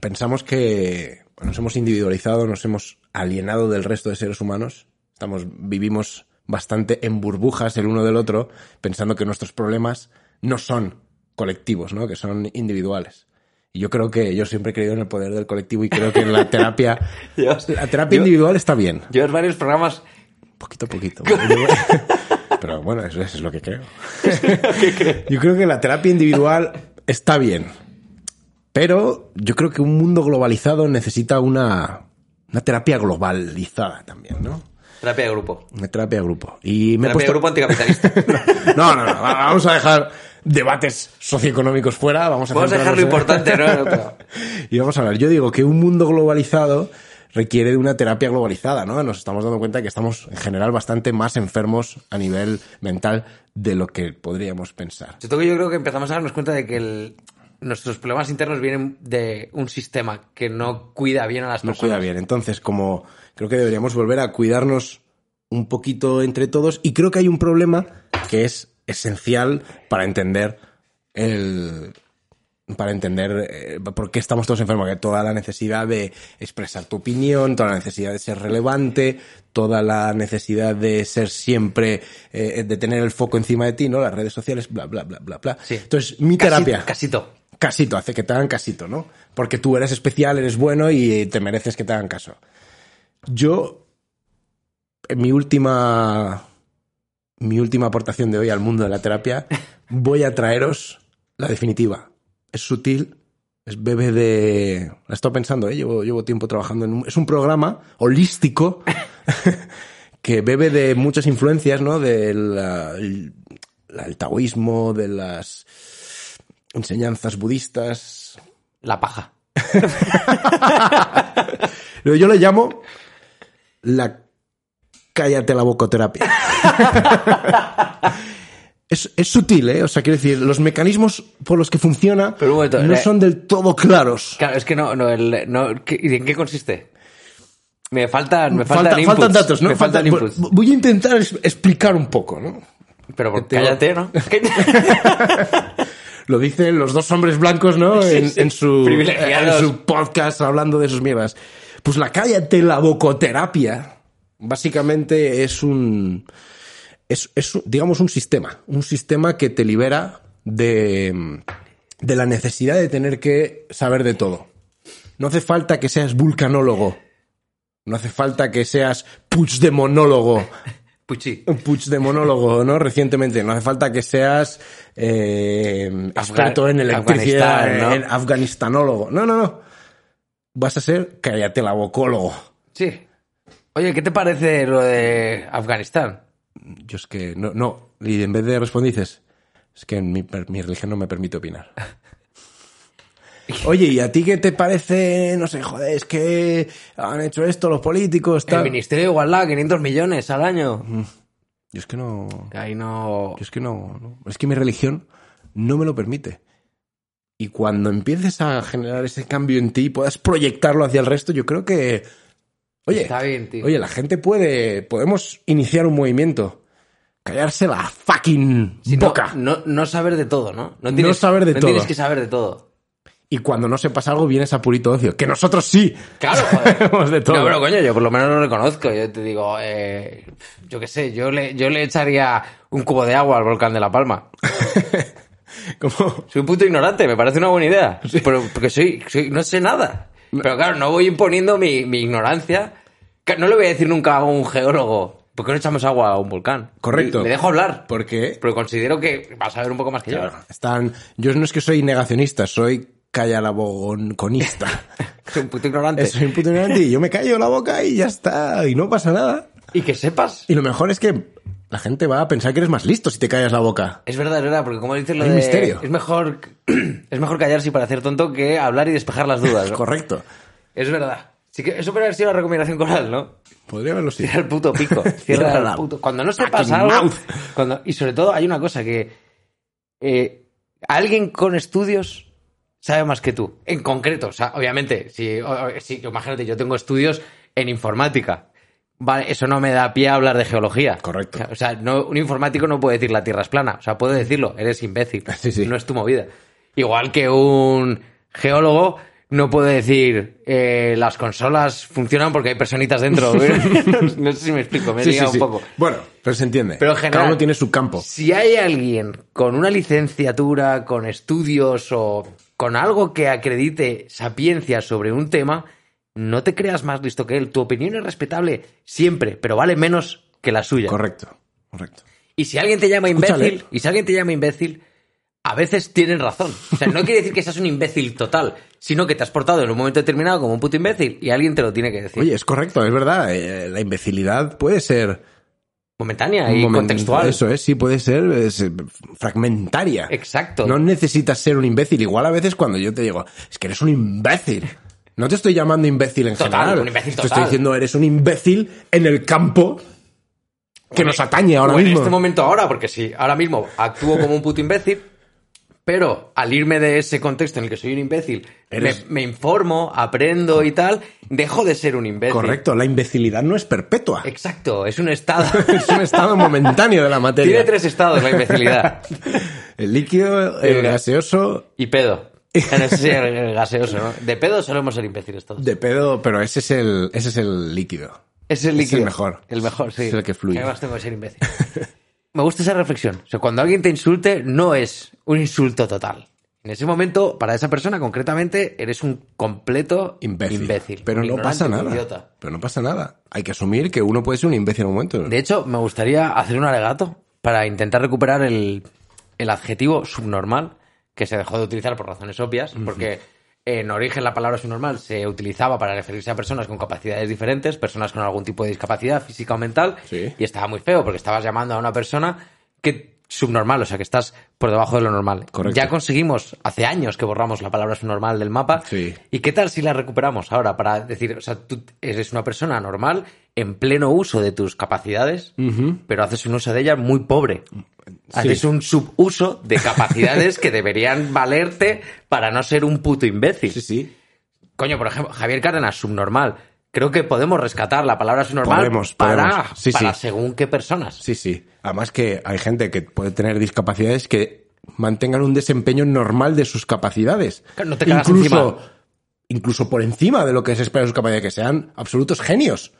pensamos que nos hemos individualizado, nos hemos alienado del resto de seres humanos. Estamos, vivimos bastante en burbujas el uno del otro, pensando que nuestros problemas no son colectivos, ¿no? Que son individuales. Y yo creo que yo siempre he creído en el poder del colectivo y creo que en la terapia. Dios. La terapia Yo- individual está bien. Llevas varios programas Poquito a poquito. Pero bueno, eso, eso es lo que creo. Yo creo que la terapia individual está bien. Pero yo creo que un mundo globalizado necesita una, una terapia globalizada también, ¿no? terapia de grupo. Una terapia de grupo. Y me he Terapia de grupo anticapitalista. puesto- No, no, no. va- Vamos a dejar debates socioeconómicos fuera. Vamos a, Vamos a dejar lo centrarnos en- importante, ¿no? Pero- y vamos a hablar. Yo digo que un mundo globalizado requiere de una terapia globalizada, ¿no? Nos estamos dando cuenta de que estamos en general bastante más enfermos a nivel mental de lo que podríamos pensar. Sobre todo que yo creo que empezamos a darnos cuenta de que el- nuestros problemas internos vienen de un sistema que no cuida bien a las No personas. cuida bien. Entonces, como creo que deberíamos volver a cuidarnos un poquito entre todos y creo que hay un problema que es esencial para entender el para entender eh, por qué estamos todos enfermos, que toda la necesidad de expresar tu opinión, toda la necesidad de ser relevante, toda la necesidad de ser siempre, eh, de tener el foco encima de ti, ¿no? Las redes sociales, bla, bla, bla, bla, bla. Sí. Entonces, mi Casi- terapia Casito. casito, hace que te hagan casito, ¿no? Porque tú eres especial, eres bueno y eh, te mereces que te hagan caso. Yo, en mi última, mi última aportación de hoy al mundo de la terapia, voy a traeros la definitiva. Es sutil, es bebe de... La he estado pensando, ¿eh? Llevo, llevo tiempo trabajando en... un- Es un programa holístico que bebe de muchas influencias, ¿no? Del ah, el- el taoísmo, de las enseñanzas budistas. La paja. Pero Yo le llamo la cállate la bocoterapia. es, es sutil, ¿eh? O sea, quiero decir, los mecanismos por los que funciona Pero un momento, no eh. son del todo claros. Claro, es que no, no, el, no ¿qué- ¿y en qué consiste? Me faltan, me faltan, Falta- inputs. faltan datos, ¿no? Me faltan Falta- inputs. Voy voy a intentar es- explicar un poco, ¿no? Pero por- Te- cállate, ¿no? Lo dicen los dos hombres blancos, ¿no? En, sí. en su, en Privilegiados. su podcast hablando de sus mierdas. Pues la cállate la bocoterapia básicamente es un, es, es, digamos, un sistema. Un sistema que te libera de, de la necesidad de tener que saber de todo. No hace falta que seas vulcanólogo. No hace falta que seas puigdemonólogo Puchi. un puch de monólogo, ¿no? Recientemente. No hace falta que seas eh, experto en electricidad, Afganistán, ¿no? en afganistanólogo. No, no, no. Vas a ser cállate la bocólogo. Sí. Oye, ¿qué te parece lo de Afganistán? Yo es que no, no. Y en vez de responder dices, es que mi, per- mi religión no me permite opinar. Oye, ¿y a ti qué te parece? No sé, joder, es que han hecho esto los políticos, El tal. Ministerio de Igualdad, 500 millones al año. Mm. Yo es que no. Ahí no... Yo es que no, no. Es que mi religión no me lo permite. Y cuando empieces a generar ese cambio en ti y puedas proyectarlo hacia el resto, yo creo que. Oye, Está bien, tío. oye, la gente puede. Podemos iniciar un movimiento. Callarse la fucking Si no- boca. No, no saber de todo, ¿no? No, tienes, saber de no todo. tienes que saber de todo. Y cuando no sepas algo, vienes a purito ocio. Que nosotros sí. Claro, joder. Sabemos de todo. No, pero coño, yo por lo menos lo reconozco. Yo te digo, eh, yo qué sé, yo le, yo le echaría un cubo de agua al volcán de La Palma. Como- Soy un puto ignorante, me parece una buena idea. Pero, porque soy, soy- no sé nada. Pero claro, no voy imponiendo mi, mi ignorancia. Que No le voy a decir nunca a un geólogo, ¿por qué no echamos agua a un volcán? Correcto. Le, le dejo hablar. Porque Pero considero que vas a saber un poco más que yo. están. Yo no es que soy negacionista, soy callalabogonconista. Soy un puto ignorante. soy un puto ignorante y yo me callo la boca y ya está. Y no pasa nada. Y que sepas. Y lo mejor es que la gente va a pensar que eres más listo si te callas la boca. Es verdad, es verdad, porque como dices lo Hay de... misterio. Es mejor, es mejor callarse y parecer tonto que hablar y despejar las dudas. ¿no? Correcto. es verdad. Sí que eso puede haber sido la recomendación coral, ¿no? Podría haberlo sido. Cierra el puto pico. Cierra Cierra la el puto... Cuando no sepas fucking algo... mouth. Cuando... Y sobre todo hay una cosa que... eh, alguien con estudios sabe más que tú. En concreto, o sea, obviamente, si, o- o- si- imagínate, yo tengo estudios en informática. Vale, eso no me da pie a hablar de geología. Correcto. O sea, no, un informático no puede decir la Tierra es plana. O sea, puede decirlo, eres imbécil. Sí, sí. No es tu movida. Igual que un geólogo no puede decir eh, las consolas funcionan porque hay personitas dentro. no sé si me explico, me he Sí, sí, liado sí. un poco. Bueno, pero se entiende. Pero en general- Cada uno tiene su campo. Si hay alguien con una licenciatura, con estudios o con algo que acredite sapiencia sobre un tema, no te creas más listo que él. Tu opinión es respetable siempre, pero vale menos que la suya. Correcto, correcto. Y si alguien te llama Escúchale. imbécil, y si alguien te llama imbécil, a veces tienen razón. O sea, no quiere decir que seas un imbécil total, sino que te has portado en un momento determinado como un puto imbécil y alguien te lo tiene que decir. Oye, es correcto, es verdad. eh, la imbecilidad puede ser Momentánea un y momento- contextual. Eso es, sí, puede ser es, eh, fragmentaria. Exacto. No necesitas ser un imbécil. Igual a veces cuando yo te digo, es que eres un imbécil. No te estoy llamando imbécil en Total, general. un imbécil Te estoy total. diciendo, eres un imbécil en el campo que nos atañe ahora O en mismo. este momento ahora, porque sí, ahora mismo actúo como un puto imbécil, pero al irme de ese contexto en el que soy un imbécil, Eres- me, me informo, aprendo y tal, dejo de ser un imbécil. Correcto, la imbecilidad no es perpetua. Exacto, es un estado. es un estado momentáneo de la materia. Tiene tres estados la imbecilidad. El líquido, el El gas. gaseoso, Y pedo. Ah, No sé si el- el gaseoso, ¿no? De pedo solemos ser imbéciles todos. de pedo, pero ese es el, ese es el líquido. Es el líquido. Es el mejor. El mejor, sí. Es el que fluye. Además tengo que ser imbécil. Me gusta esa reflexión. O sea, cuando alguien te insulte, no es un insulto total. En ese momento, para esa persona concretamente, eres un completo Imbécil. imbécil. Pero un no ignorante, pasa un nada. idiota. Pero no pasa nada. Hay que asumir que uno puede ser un imbécil en un momento. De hecho, me gustaría hacer un alegato para intentar recuperar el, el adjetivo subnormal que se dejó de utilizar por razones obvias, porque en origen la palabra subnormal se utilizaba para referirse a personas con capacidades diferentes, personas con algún tipo de discapacidad física o mental, Sí. y estaba muy feo porque estabas llamando a una persona que subnormal, o sea, que estás por debajo de lo normal. Correcto. Ya conseguimos hace años que borramos la palabra subnormal del mapa. Sí. ¿Y qué tal si la recuperamos ahora para decir, o sea, tú eres una persona normal en pleno uso de tus capacidades, pero haces un uso de ellas muy pobre? Haces un subuso de capacidades que deberían valerte para no ser un puto imbécil. Sí, sí. Coño, por ejemplo, Javier Cárdenas, subnormal. Creo que podemos rescatar la palabra subnormal Podemos, para, podemos. Sí, para sí. según qué personas. Sí, sí. Además que hay gente que puede tener discapacidades que mantengan un desempeño normal de sus capacidades. Claro, no te cagas incluso, encima. incluso por encima de lo que se espera de sus capacidades, que sean absolutos genios.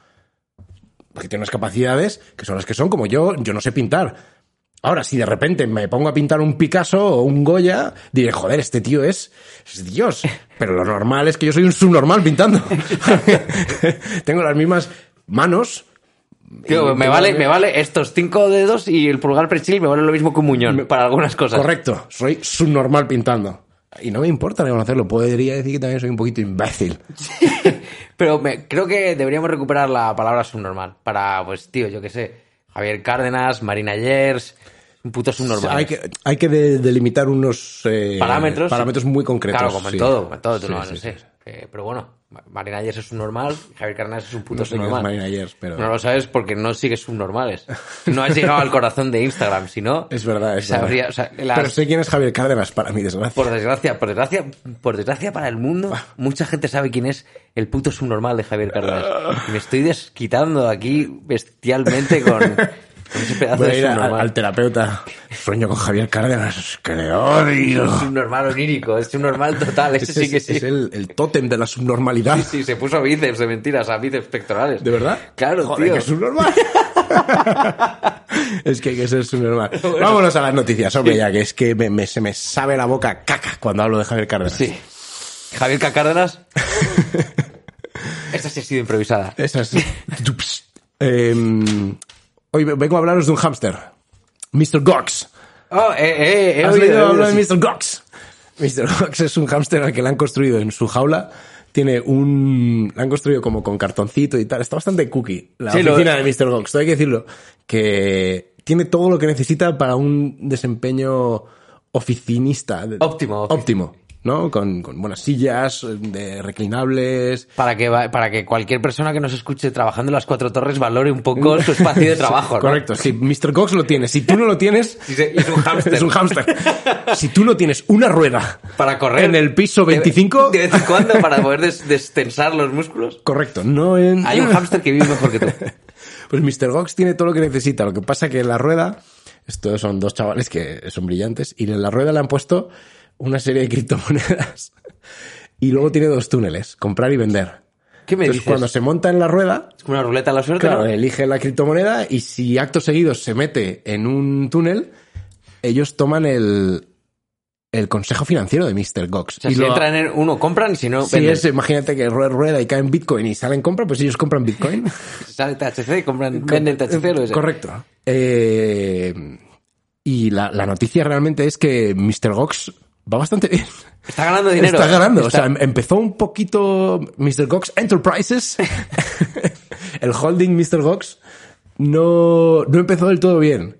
Porque tienen unas capacidades que son las que son, como yo, yo no sé pintar. Ahora, si de repente me pongo a pintar un Picasso o un Goya, diré, joder, este tío es, es Dios. Pero lo normal es que yo soy un subnormal pintando. Tengo las mismas manos, Tío, me vale, me vale estos cinco dedos y el pulgar prechil me vale lo mismo que un muñón para algunas cosas. Correcto, soy subnormal pintando. Y no me importa reconocerlo, podría decir que también soy un poquito imbécil. Pero me- creo que deberíamos recuperar la palabra subnormal para, pues, tío, yo qué sé, Javier Cárdenas, Marina Yers, un puto subnormal. Hay que, hay que de- delimitar unos eh, parámetros. parámetros muy concretos. Claro, como en sí. todo, como en todo, tú Sí, no, sí, no sí. sé. Eh, pero bueno, Marina Ayers es un normal, Javier Carnas es un puto No sé quién es subnormal. Marina Ayers, pero- No lo sabes porque no sigues subnormales. No has llegado al corazón de Instagram, si no... Es verdad, es sabría- verdad. o sea, las- Pero sé quién es Javier Cárdenas, para mi desgracia. Por desgracia, por desgracia, por desgracia para el mundo, mucha gente sabe quién es el puto subnormal de Javier Cárdenas. Y Me estoy desquitando aquí bestialmente con, con ese pedazo Voy a de ir a- subnormal. al terapeuta. Sueño con Javier Cárdenas, que le odio. Es un normal onírico, es un normal total, ese Ese sí que es, sí. es el, el tótem de la subnormalidad. Sí, sí, se puso bíceps de mentiras, a bíceps pectorales. ¿De verdad? Claro, Joder, tío. que es subnormal. es que hay que ser subnormal. Vámonos a las noticias, hombre, ya que es que me- me- se me sabe la boca caca cuando hablo de Javier Cárdenas. Sí. Javier K. Cárdenas. Esta sí ha sido improvisada. Esas. Tups. Em, hoy vengo a hablaros de un hámster. Mr. Gox. Oh, eh, eh, he ¿Has oído, he leído oído, hablar sí. de Mr. Gox? Mr. Gox es un hámster al que le han construido en su jaula. Tiene un... Le han construido como con cartoncito y tal. Está bastante cookie la Sí, lo- oficina de Mr. Gox. Todo hay que decirlo. Que tiene todo lo que necesita para un desempeño oficinista. de- Óptimo, ofici- Óptimo. ¿No? Con, con buenas sillas, eh, de reclinables, Para que, va- para que cualquier persona que nos escuche trabajando en las cuatro torres valore un poco su espacio de trabajo. ¿no? Correcto, sí, Mr. Cox lo tiene. Si tú no lo tienes, Sí, sí, es un hámster. es un hámster. Si tú no tienes una rueda Para correr. en el piso De- 25, De, vez en cuando, para poder des- destensar los músculos. correcto, no en. Hay un hámster que vive mejor que tú. Pues Mr. Cox tiene todo lo que necesita. Lo que pasa que en la rueda, estos son dos chavales que son brillantes, y en la rueda le han puesto una serie de criptomonedas. Y luego tiene dos túneles, comprar y vender. ¿Qué me Entonces, dices? cuando se monta en la rueda, Es como una ruleta a la suerte, Claro, eh, ¿no? elige la criptomoneda y si acto seguido se mete en un túnel, ellos toman el, el consejo financiero de Mr. Gox. O sea, y si lo- entran en uno, compran y si no, si venden. es, imagínate que rueda, rueda y cae en Bitcoin y salen compra, pues ellos compran Bitcoin. Sale THC y compran, venden THC. lo que sea. Correcto. Eh, y la, la noticia realmente es que Mr. Gox va bastante bien. Está ganando dinero. eh. Está ganando. Está- O sea, empezó un poquito Mr. Gox Enterprises. el holding Mr. Gox no, no empezó del todo bien.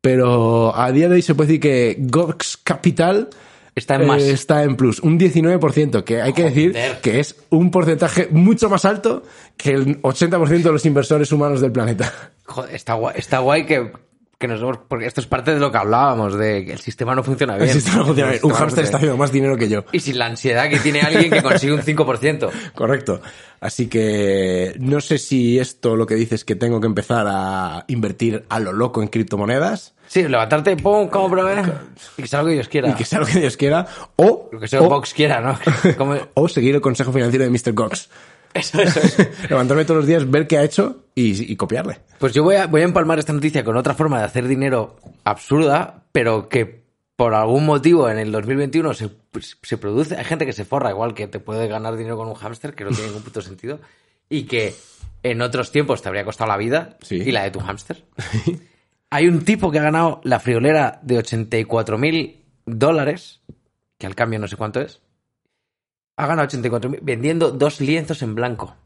Pero a día de hoy se puede decir que Gox Capital Está en más. está en plus. Un 19%, que hay que Joder. decir que es un porcentaje mucho más alto que el 80% de los inversores humanos del planeta. Joder, está guay, está guay que, que nos vemos, porque esto es parte de lo que hablábamos, de que el sistema no funciona bien. El sistema funciona bien. El Un sistema no hámster está funciona bien. haciendo más dinero que yo. Y sin la ansiedad que tiene alguien que consigue un 5%. Correcto. Así que no sé si esto lo que dices que tengo que empezar a invertir a lo loco en criptomonedas Sí, levantarte, pum, compra, eh, y que sea lo que Dios quiera. y que sea lo que Dios quiera o, Lo que sea o- Vox quiera, ¿no? Como- o seguir el consejo financiero de Mr. Cox. Eso, eso, eso. Levantarme todos los días, ver qué ha hecho y, y copiarle. Pues yo voy a, voy a empalmar esta noticia con otra forma de hacer dinero absurda, pero que por algún motivo en el 2021 se, pues, se produce. Hay gente que se forra, igual que te puede ganar dinero con un hámster, que no tiene ningún puto sentido, y que en otros tiempos te habría costado la vida Sí. y la de tu hámster. Hay un tipo que ha ganado la friolera de 84 mil dólares, que al cambio no sé cuánto es. Ha ganado 84 mil vendiendo dos lienzos en blanco.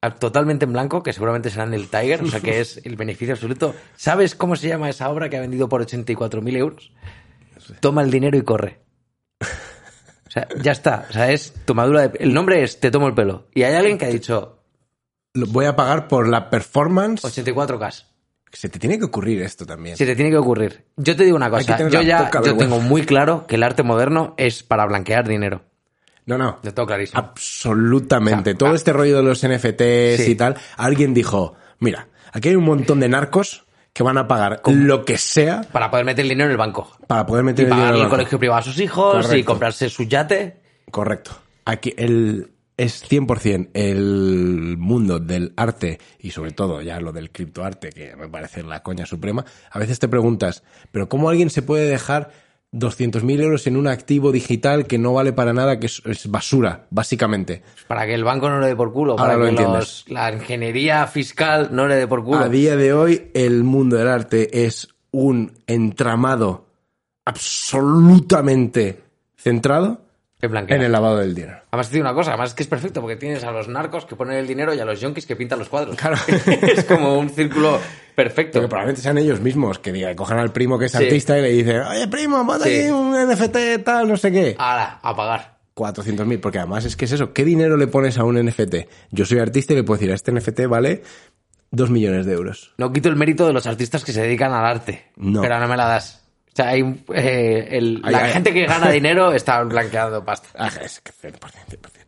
A- Totalmente en blanco, que seguramente serán del Tiger, o sea que es el beneficio absoluto. ¿Sabes cómo se llama esa obra que ha vendido por 84 mil euros? Toma el dinero y corre. O sea, ya está. O sea, es tomadura de. El nombre es Te tomo el pelo. Y hay alguien que ha dicho Lo voy a pagar por la performance. 84K. Se te tiene que ocurrir esto también. Se te tiene que ocurrir. Yo te digo una que cosa. tener Yo la ya poca yo vergüenza. tengo muy claro que el arte moderno es para blanquear dinero. No, no. Lo tengo clarísimo. Absolutamente. O sea, Todo ah. este rollo de los NFTs Sí. y tal, alguien dijo, mira, aquí hay un montón de narcos que van a pagar lo que sea Para poder meter el dinero en el banco. para poder meter Y el dinero pagarle en el el banco". colegio privado a sus hijos y Correcto. comprarse su yate. Correcto. Aquí el, es 100% el mundo del arte y sobre todo ya lo del criptoarte, que me parece la coña suprema. A veces te preguntas, ¿pero cómo alguien se puede dejar 200.000 euros en un activo digital que no vale para nada, que es- es basura, básicamente? Para que el banco no le dé por culo. Ahora Para lo que entiendes. Ah, la ingeniería fiscal no le dé por culo. A día de hoy, el mundo del arte es un entramado absolutamente centrado En blanquear. en el lavado del dinero. Además, te digo una cosa. Además, es que es perfecto porque tienes a los narcos que ponen el dinero y a los yonkis que pintan los cuadros. Claro. es como un círculo perfecto. Porque probablemente sean ellos mismos que digan, cojan al primo que es Sí. artista y le dicen, oye primo, manda Sí. Ah. aquí un NFT tal, no sé qué. Ahora, a pagar. 400.000, porque además es que es eso, ¿qué dinero le pones a un NFT? Yo soy artista y le puedo decir, a este NFT vale 2 millones de euros. No quito el mérito de los artistas que se dedican al arte. No. Pero no me la das. O sea, hay, eh, el- Hay- la hay- gente que gana dinero está blanqueando pasta. Ah, es que 100%, 100%.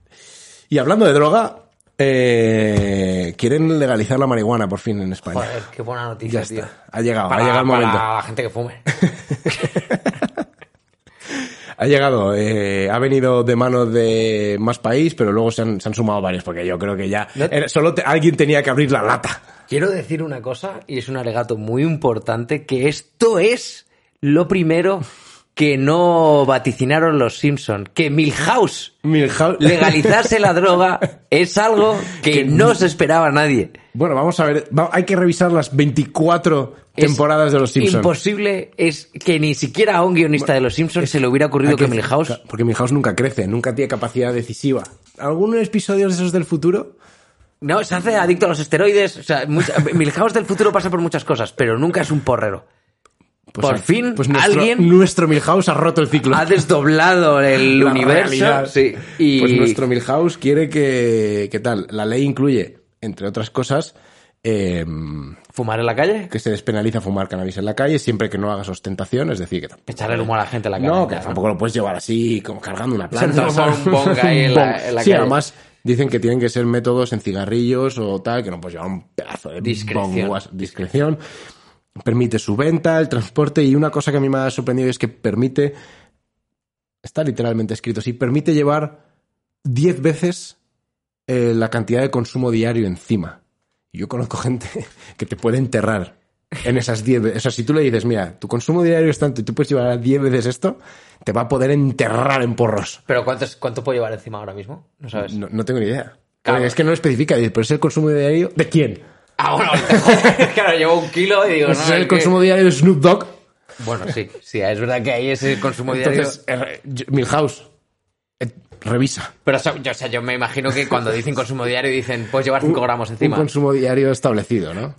Y hablando de droga, eh, quieren legalizar la marihuana por fin en España. Joder, qué buena noticia, ya tío. está, ha llegado, Para, ha llegado el para momento. la gente que fume. Ha llegado, eh, ha venido de manos de más país, pero luego se han, se han sumado varios, porque yo creo que ya No- era- solo te- alguien tenía que abrir la lata. Quiero decir una cosa, y es un alegato muy importante, que esto es lo primero que no vaticinaron los Simpson, que Milhouse Milhouse- legalizarse la droga es algo que, Que no se esperaba a nadie. Bueno, vamos a ver, va- hay que revisar las 24 Es temporadas de Los Simpsons. Imposible es que ni siquiera a un guionista de Los Simpsons se le hubiera ocurrido que, Milhouse... Porque Milhouse nunca crece, nunca tiene capacidad decisiva. ¿Algunos episodios de esos del futuro? No, se hace adicto a los esteroides. O sea, mucha- Milhouse del futuro pasa por muchas cosas, pero nunca es un porrero. Por ah, fin, nuestro, alguien- Nuestro Milhouse ha roto el ciclo. Ha desdoblado el La universo. realidad. Sí. Y... Pues nuestro Milhouse quiere que... ¿Qué tal? La ley incluye, entre otras cosas... em, ¿Fumar en la calle? que se despenaliza fumar cannabis en la calle siempre que no hagas ostentación, es decir, que tampoco, Echarle el humo a la gente en la calle. no, que tampoco lo puedes llevar así como cargando una sea, planta. no ¿sabes? un bong ahí en la- Bong. en la sí, calle. además dicen que tienen que ser métodos en cigarrillos o tal, que no puedes llevar un pedazo de Discreción. bong, guas- discreción. Permite su venta, el transporte y una cosa que a mí me ha sorprendido es que permite, está literalmente escrito, sí, permite llevar 10 veces eh, la cantidad de consumo diario encima. Y Yo conozco gente que te puede enterrar en esas 10 veces. O sea, si tú le dices, mira, tu consumo diario es tanto y tú puedes llevar 10 veces esto, te va a poder enterrar en porros. ¿Pero cuánto, es- cuánto puedo llevar encima ahora mismo? No sabes. No, no tengo ni idea. Claro. Porque Es que no lo especifica, dice, pero es el consumo diario de quién. Ah, bueno, joder, claro, llevo un kilo y digo, Pues no, es el que- consumo diario de Snoop Dogg. Bueno, sí, sí, es verdad que ahí es el consumo diario. Entonces, eh, yo- Milhouse, eh, revisa. Pero o sea, yo, o sea, yo me imagino que cuando dicen consumo diario dicen, puedes llevar 5 gramos encima. Un consumo diario establecido, ¿no?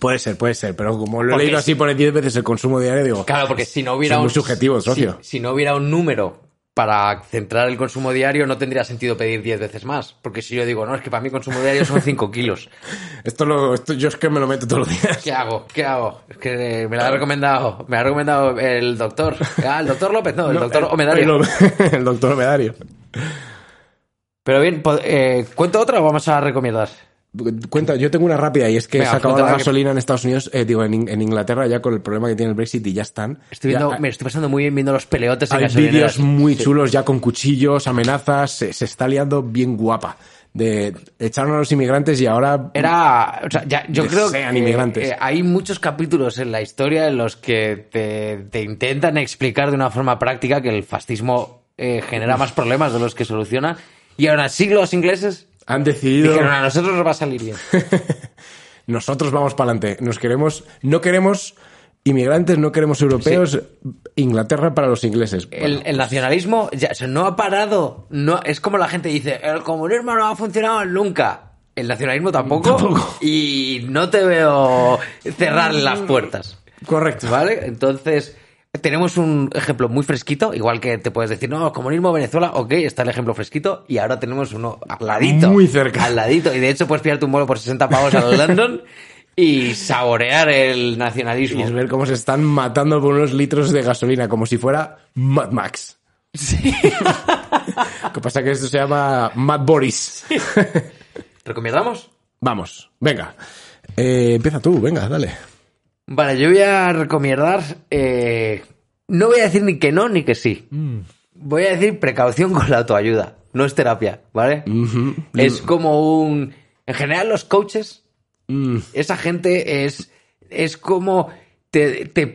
Puede ser, puede ser, pero como lo he Porque leído es- así por 10 veces el consumo diario, digo, Claro, porque si no hubiera Soy muy un subjetivo, si- socio. Si, no hubiera un número para centrar el consumo diario, no tendría sentido pedir 10 veces más. Porque si yo digo, no, es que para mí consumo diario son 5 kilos. esto, lo, esto yo es que me lo meto todos los días. ¿Qué hago? ¿Qué hago? Es que eh, me lo ha recomendado, me lo ha recomendado el doctor. Ah, el doctor López, no, el No, doctor el- Omedario. El, el doctor Omedario. Pero bien, po- eh, ¿cuento otra o vamos a recomendar? Cuenta, yo tengo una rápida y es que Venga, se acabó la cuéntala, que- gasolina en Estados Unidos, eh, digo, en, In- en Inglaterra ya con el problema que tiene el Brexit y ya están. Estoy Ya viendo, hay- me estoy pasando muy bien viendo los peleotes en hay gasolineras. vídeos muy chulos ya con cuchillos, amenazas, se, se está liando bien guapa. De echaron a los inmigrantes y ahora Era, o sea, ya- yo creo que Desean inmigrantes. eh, hay muchos capítulos en la historia en los que te, te intentan explicar de una forma práctica que el fascismo eh, genera más problemas de los que soluciona. Y aún así los ingleses han decidido dijeron "Ah". a nosotros nos va a salir bien. nosotros vamos para adelante. Nos queremos, no queremos inmigrantes, no queremos europeos, Inglaterra para los ingleses. El, el nacionalismo ya, o sea, no ha parado. No, es como la gente dice, el comunismo no ha funcionado nunca. El nacionalismo tampoco. Tampoco. Mm. Y no te veo cerrarle las puertas. Correcto. ¿Vale? Entonces, tenemos un ejemplo muy fresquito, igual que te puedes decir, no, comunismo, Venezuela, ok, está el ejemplo fresquito, y ahora tenemos uno al ladito. Muy cerca. Al ladito, y de hecho puedes pillarte un bolo por 60 pavos al London y saborear el Y es nacionalismo. ver cómo se están matando por unos litros de gasolina, como si fuera Mad Max. Lo que pasa es que esto se llama Mad Boris. ¿Recomendamos? Vamos, venga. Eh, empieza tú, venga, dale. Vale, yo voy a recomendar, eh, no voy a decir ni que no ni que sí. Voy a decir precaución con la autoayuda, no es terapia, ¿vale? Mm. Es como un... En general los coaches Mm, esa gente es, es como te, te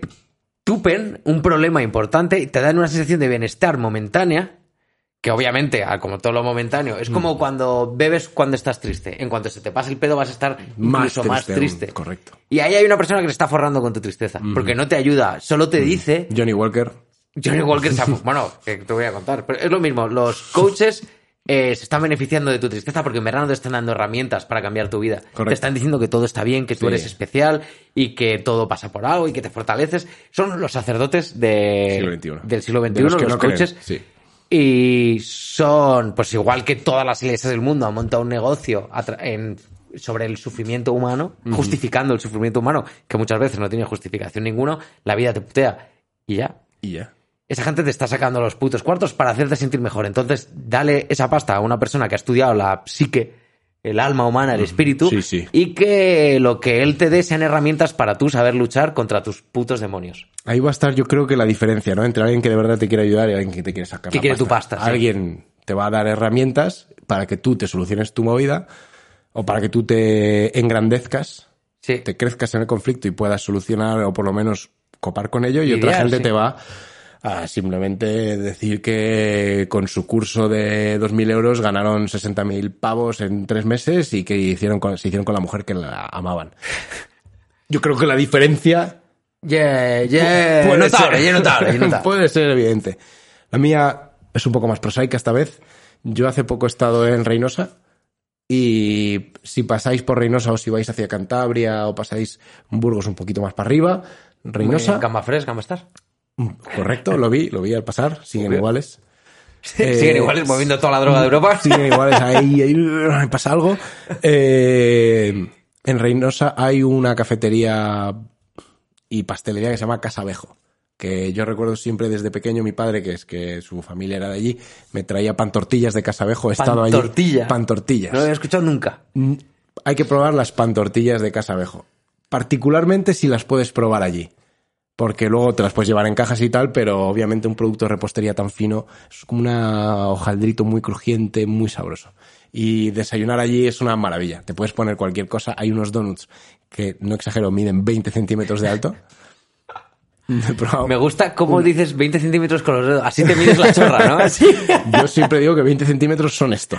tupen un problema importante y te dan una sensación de bienestar momentánea, que obviamente, ah, como todo lo momentáneo, es como cuando bebes cuando estás triste. En cuanto se te pasa el pedo vas a estar incluso más aún, triste. Correcto. Y ahí hay una persona que se está forrando con tu tristeza, porque no te ayuda, solo te dice Johnny Walker. Johnny Walker se ha- Bueno, que te voy a contar. Pero es lo mismo. Los coaches eh, se están beneficiando de tu tristeza porque en verano te están dando herramientas para cambiar tu vida. Correcto. Te están diciendo que todo está bien, que tú Sí. eres especial y que todo pasa por algo y que te fortaleces. Son los sacerdotes de- Siglo XXI. del siglo XXI, De los los, que no coaches. creen, sí. Y son, pues igual que todas las iglesias del mundo han montado un negocio atra- en- sobre el sufrimiento humano, justificando el sufrimiento humano, que muchas veces no tiene justificación ninguna, la vida te putea y ya. Y ya. Esa gente te está sacando los putos cuartos para hacerte sentir mejor. Entonces, dale esa pasta a una persona que ha estudiado la psique, el alma humana, el espíritu, sí, sí. y que lo que él te dé sean herramientas para tú saber luchar contra tus putos demonios. Ahí va a estar, yo creo que la diferencia, ¿no? Entre alguien que de verdad te quiere ayudar y alguien que te quiere sacar. Que la quiere tu pasta, sí. Alguien te va a dar herramientas para que tú te soluciones tu movida o para que tú te engrandezcas, Sí. te crezcas en el conflicto y puedas solucionar o por lo menos copar con ello. Y otra Lidiar, gente sí. te va a simplemente decir que con su curso de 2.000 euros ganaron 60.000 pavos en tres meses y que hicieron con- se hicieron con la mujer que la amaban. Yo creo que la diferencia Yeah, yeah. Puede notable, ser. yeah, notable, yeah, notable. Eh, Puede ser evidente. La mía es un poco más prosaica esta vez. Yo hace poco he estado en Reynosa y si pasáis por Reynosa o si vais hacia Cantabria o pasáis Burgos un poquito más para arriba, Reynosa, Gamba fresca, gamba estar. correcto, lo vi, lo vi al pasar, siguen Obvio. iguales. Siguen Eh, iguales moviendo toda la droga Mm. de Europa. Siguen iguales ahí, ahí, pasa algo. Eh, en Reynosa hay una cafetería y pastelería que se llama Casabejo. Que yo recuerdo siempre desde pequeño mi padre, que es que su familia era de allí, me traía pan tortillas de Casabejo. He estado allí. Pantortilla. Pan tortillas. No lo he escuchado nunca. Mm, Hay que probar las pantortillas de Casabejo. Particularmente si las puedes probar allí. Porque luego te las puedes llevar en cajas y tal, pero obviamente un producto de repostería tan fino es como una hojaldrito muy crujiente, muy sabroso. Y desayunar allí es una maravilla. Te puedes poner cualquier cosa. Hay unos donuts que, no exagero, miden 20 centímetros de alto. He probado- Oh. Me gusta cómo dices 20 centímetros con los dedos. Así te mides la chorra, ¿no? Así. Yo siempre digo que 20 centímetros son esto.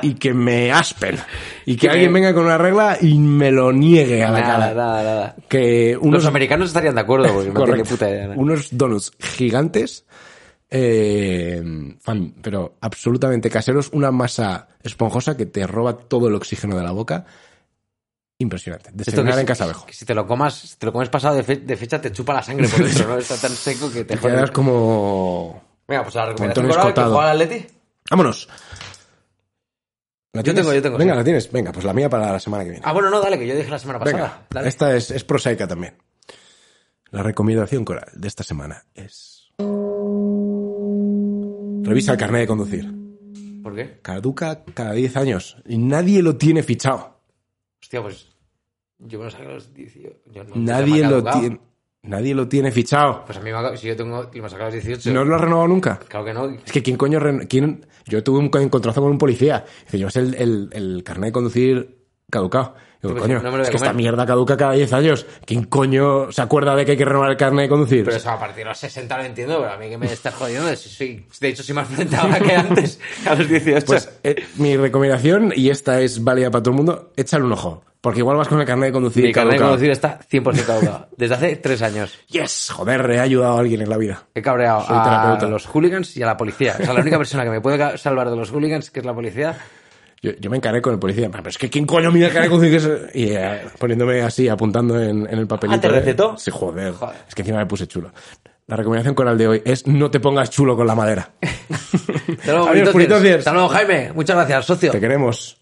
Y que me aspen. Y que Que- alguien venga con una regla y me lo niegue a la Nada, cara. nada, nada. Que unos, Los americanos estarían de acuerdo porque no tiene correcto, puta idea. ¿no? unos donuts gigantes, eh, fan- pero absolutamente caseros, una masa esponjosa que te roba todo el oxígeno de la boca. Impresionante. Desayunar si- en Casabejo. que si te lo comas, si te lo comes pasado de, fe- de fecha, te chupa la sangre por dentro, ¿no? Está tan seco que te Te quedas jode. como... Venga, pues la Montón recomendación por ahora que escotado. juega al Atleti. ¡Vámonos! ¿La Yo tengo, yo tengo, Venga, sí. la tienes. Venga, pues la mía para la semana que viene. Ah, bueno, no, dale, que yo dije la semana pasada. Venga, Este. Dale. esta es, es prosaica también. La recomendación coral de esta semana es... Revisa el carnet de conducir. ¿Por qué? Caduca cada 10 años. Y nadie lo tiene fichado. Hostia, pues. Yo me lo saqué a los 18. yo no- se me Nadie ha lo caducado. tiene. Nadie lo tiene fichado. Pues a mí me ha acabado- si yo tengo, me sacado a los 18. No lo has renovado nunca. Claro que no. Es que quién coño ren- quién- yo tuve un co- encontrazo con un policía. Dice, yo sé el, el, el carnet de conducir caducado. Digo, Tú me coño, dices, "No me lo voy es a que esta comer". mierda caduca cada 10 años. ¿Quién coño se acuerda de que hay que renovar el carnet de conducir? Pero eso a partir de los 60 lo entiendo, pero a mí que me estás jodiendo. si soy- de hecho, soy más frente ahora que antes, a los 18. Pues eh, mi recomendación, y esta es válida para todo el mundo, échale un ojo. Porque igual vas con el carnet de conducir mi carnet de caducado. conducir está 100% caducado. Desde hace tres años. Yes, joder, he ayudado a alguien en la vida. He cabreado Soy a terapeuta. los hooligans y a la policía. O sea, la única persona que me puede ca- salvar de los hooligans, que es la policía. Yo, yo me encaré con el policía. "Ah, Pero es que ¿quién coño mira el carnet de conducir? que es-?" Y eh, poniéndome así, apuntando en, en el papelito. Ah, ¿te ¿eh? recetó? Sí, joder. Joder. Es que encima me puse chulo. La recomendación coral de hoy es no te pongas chulo con la madera. Hasta luego, Adiós, Puritotes. Puritotes. Hasta luego, Jaime. Muchas gracias, socio. Te queremos.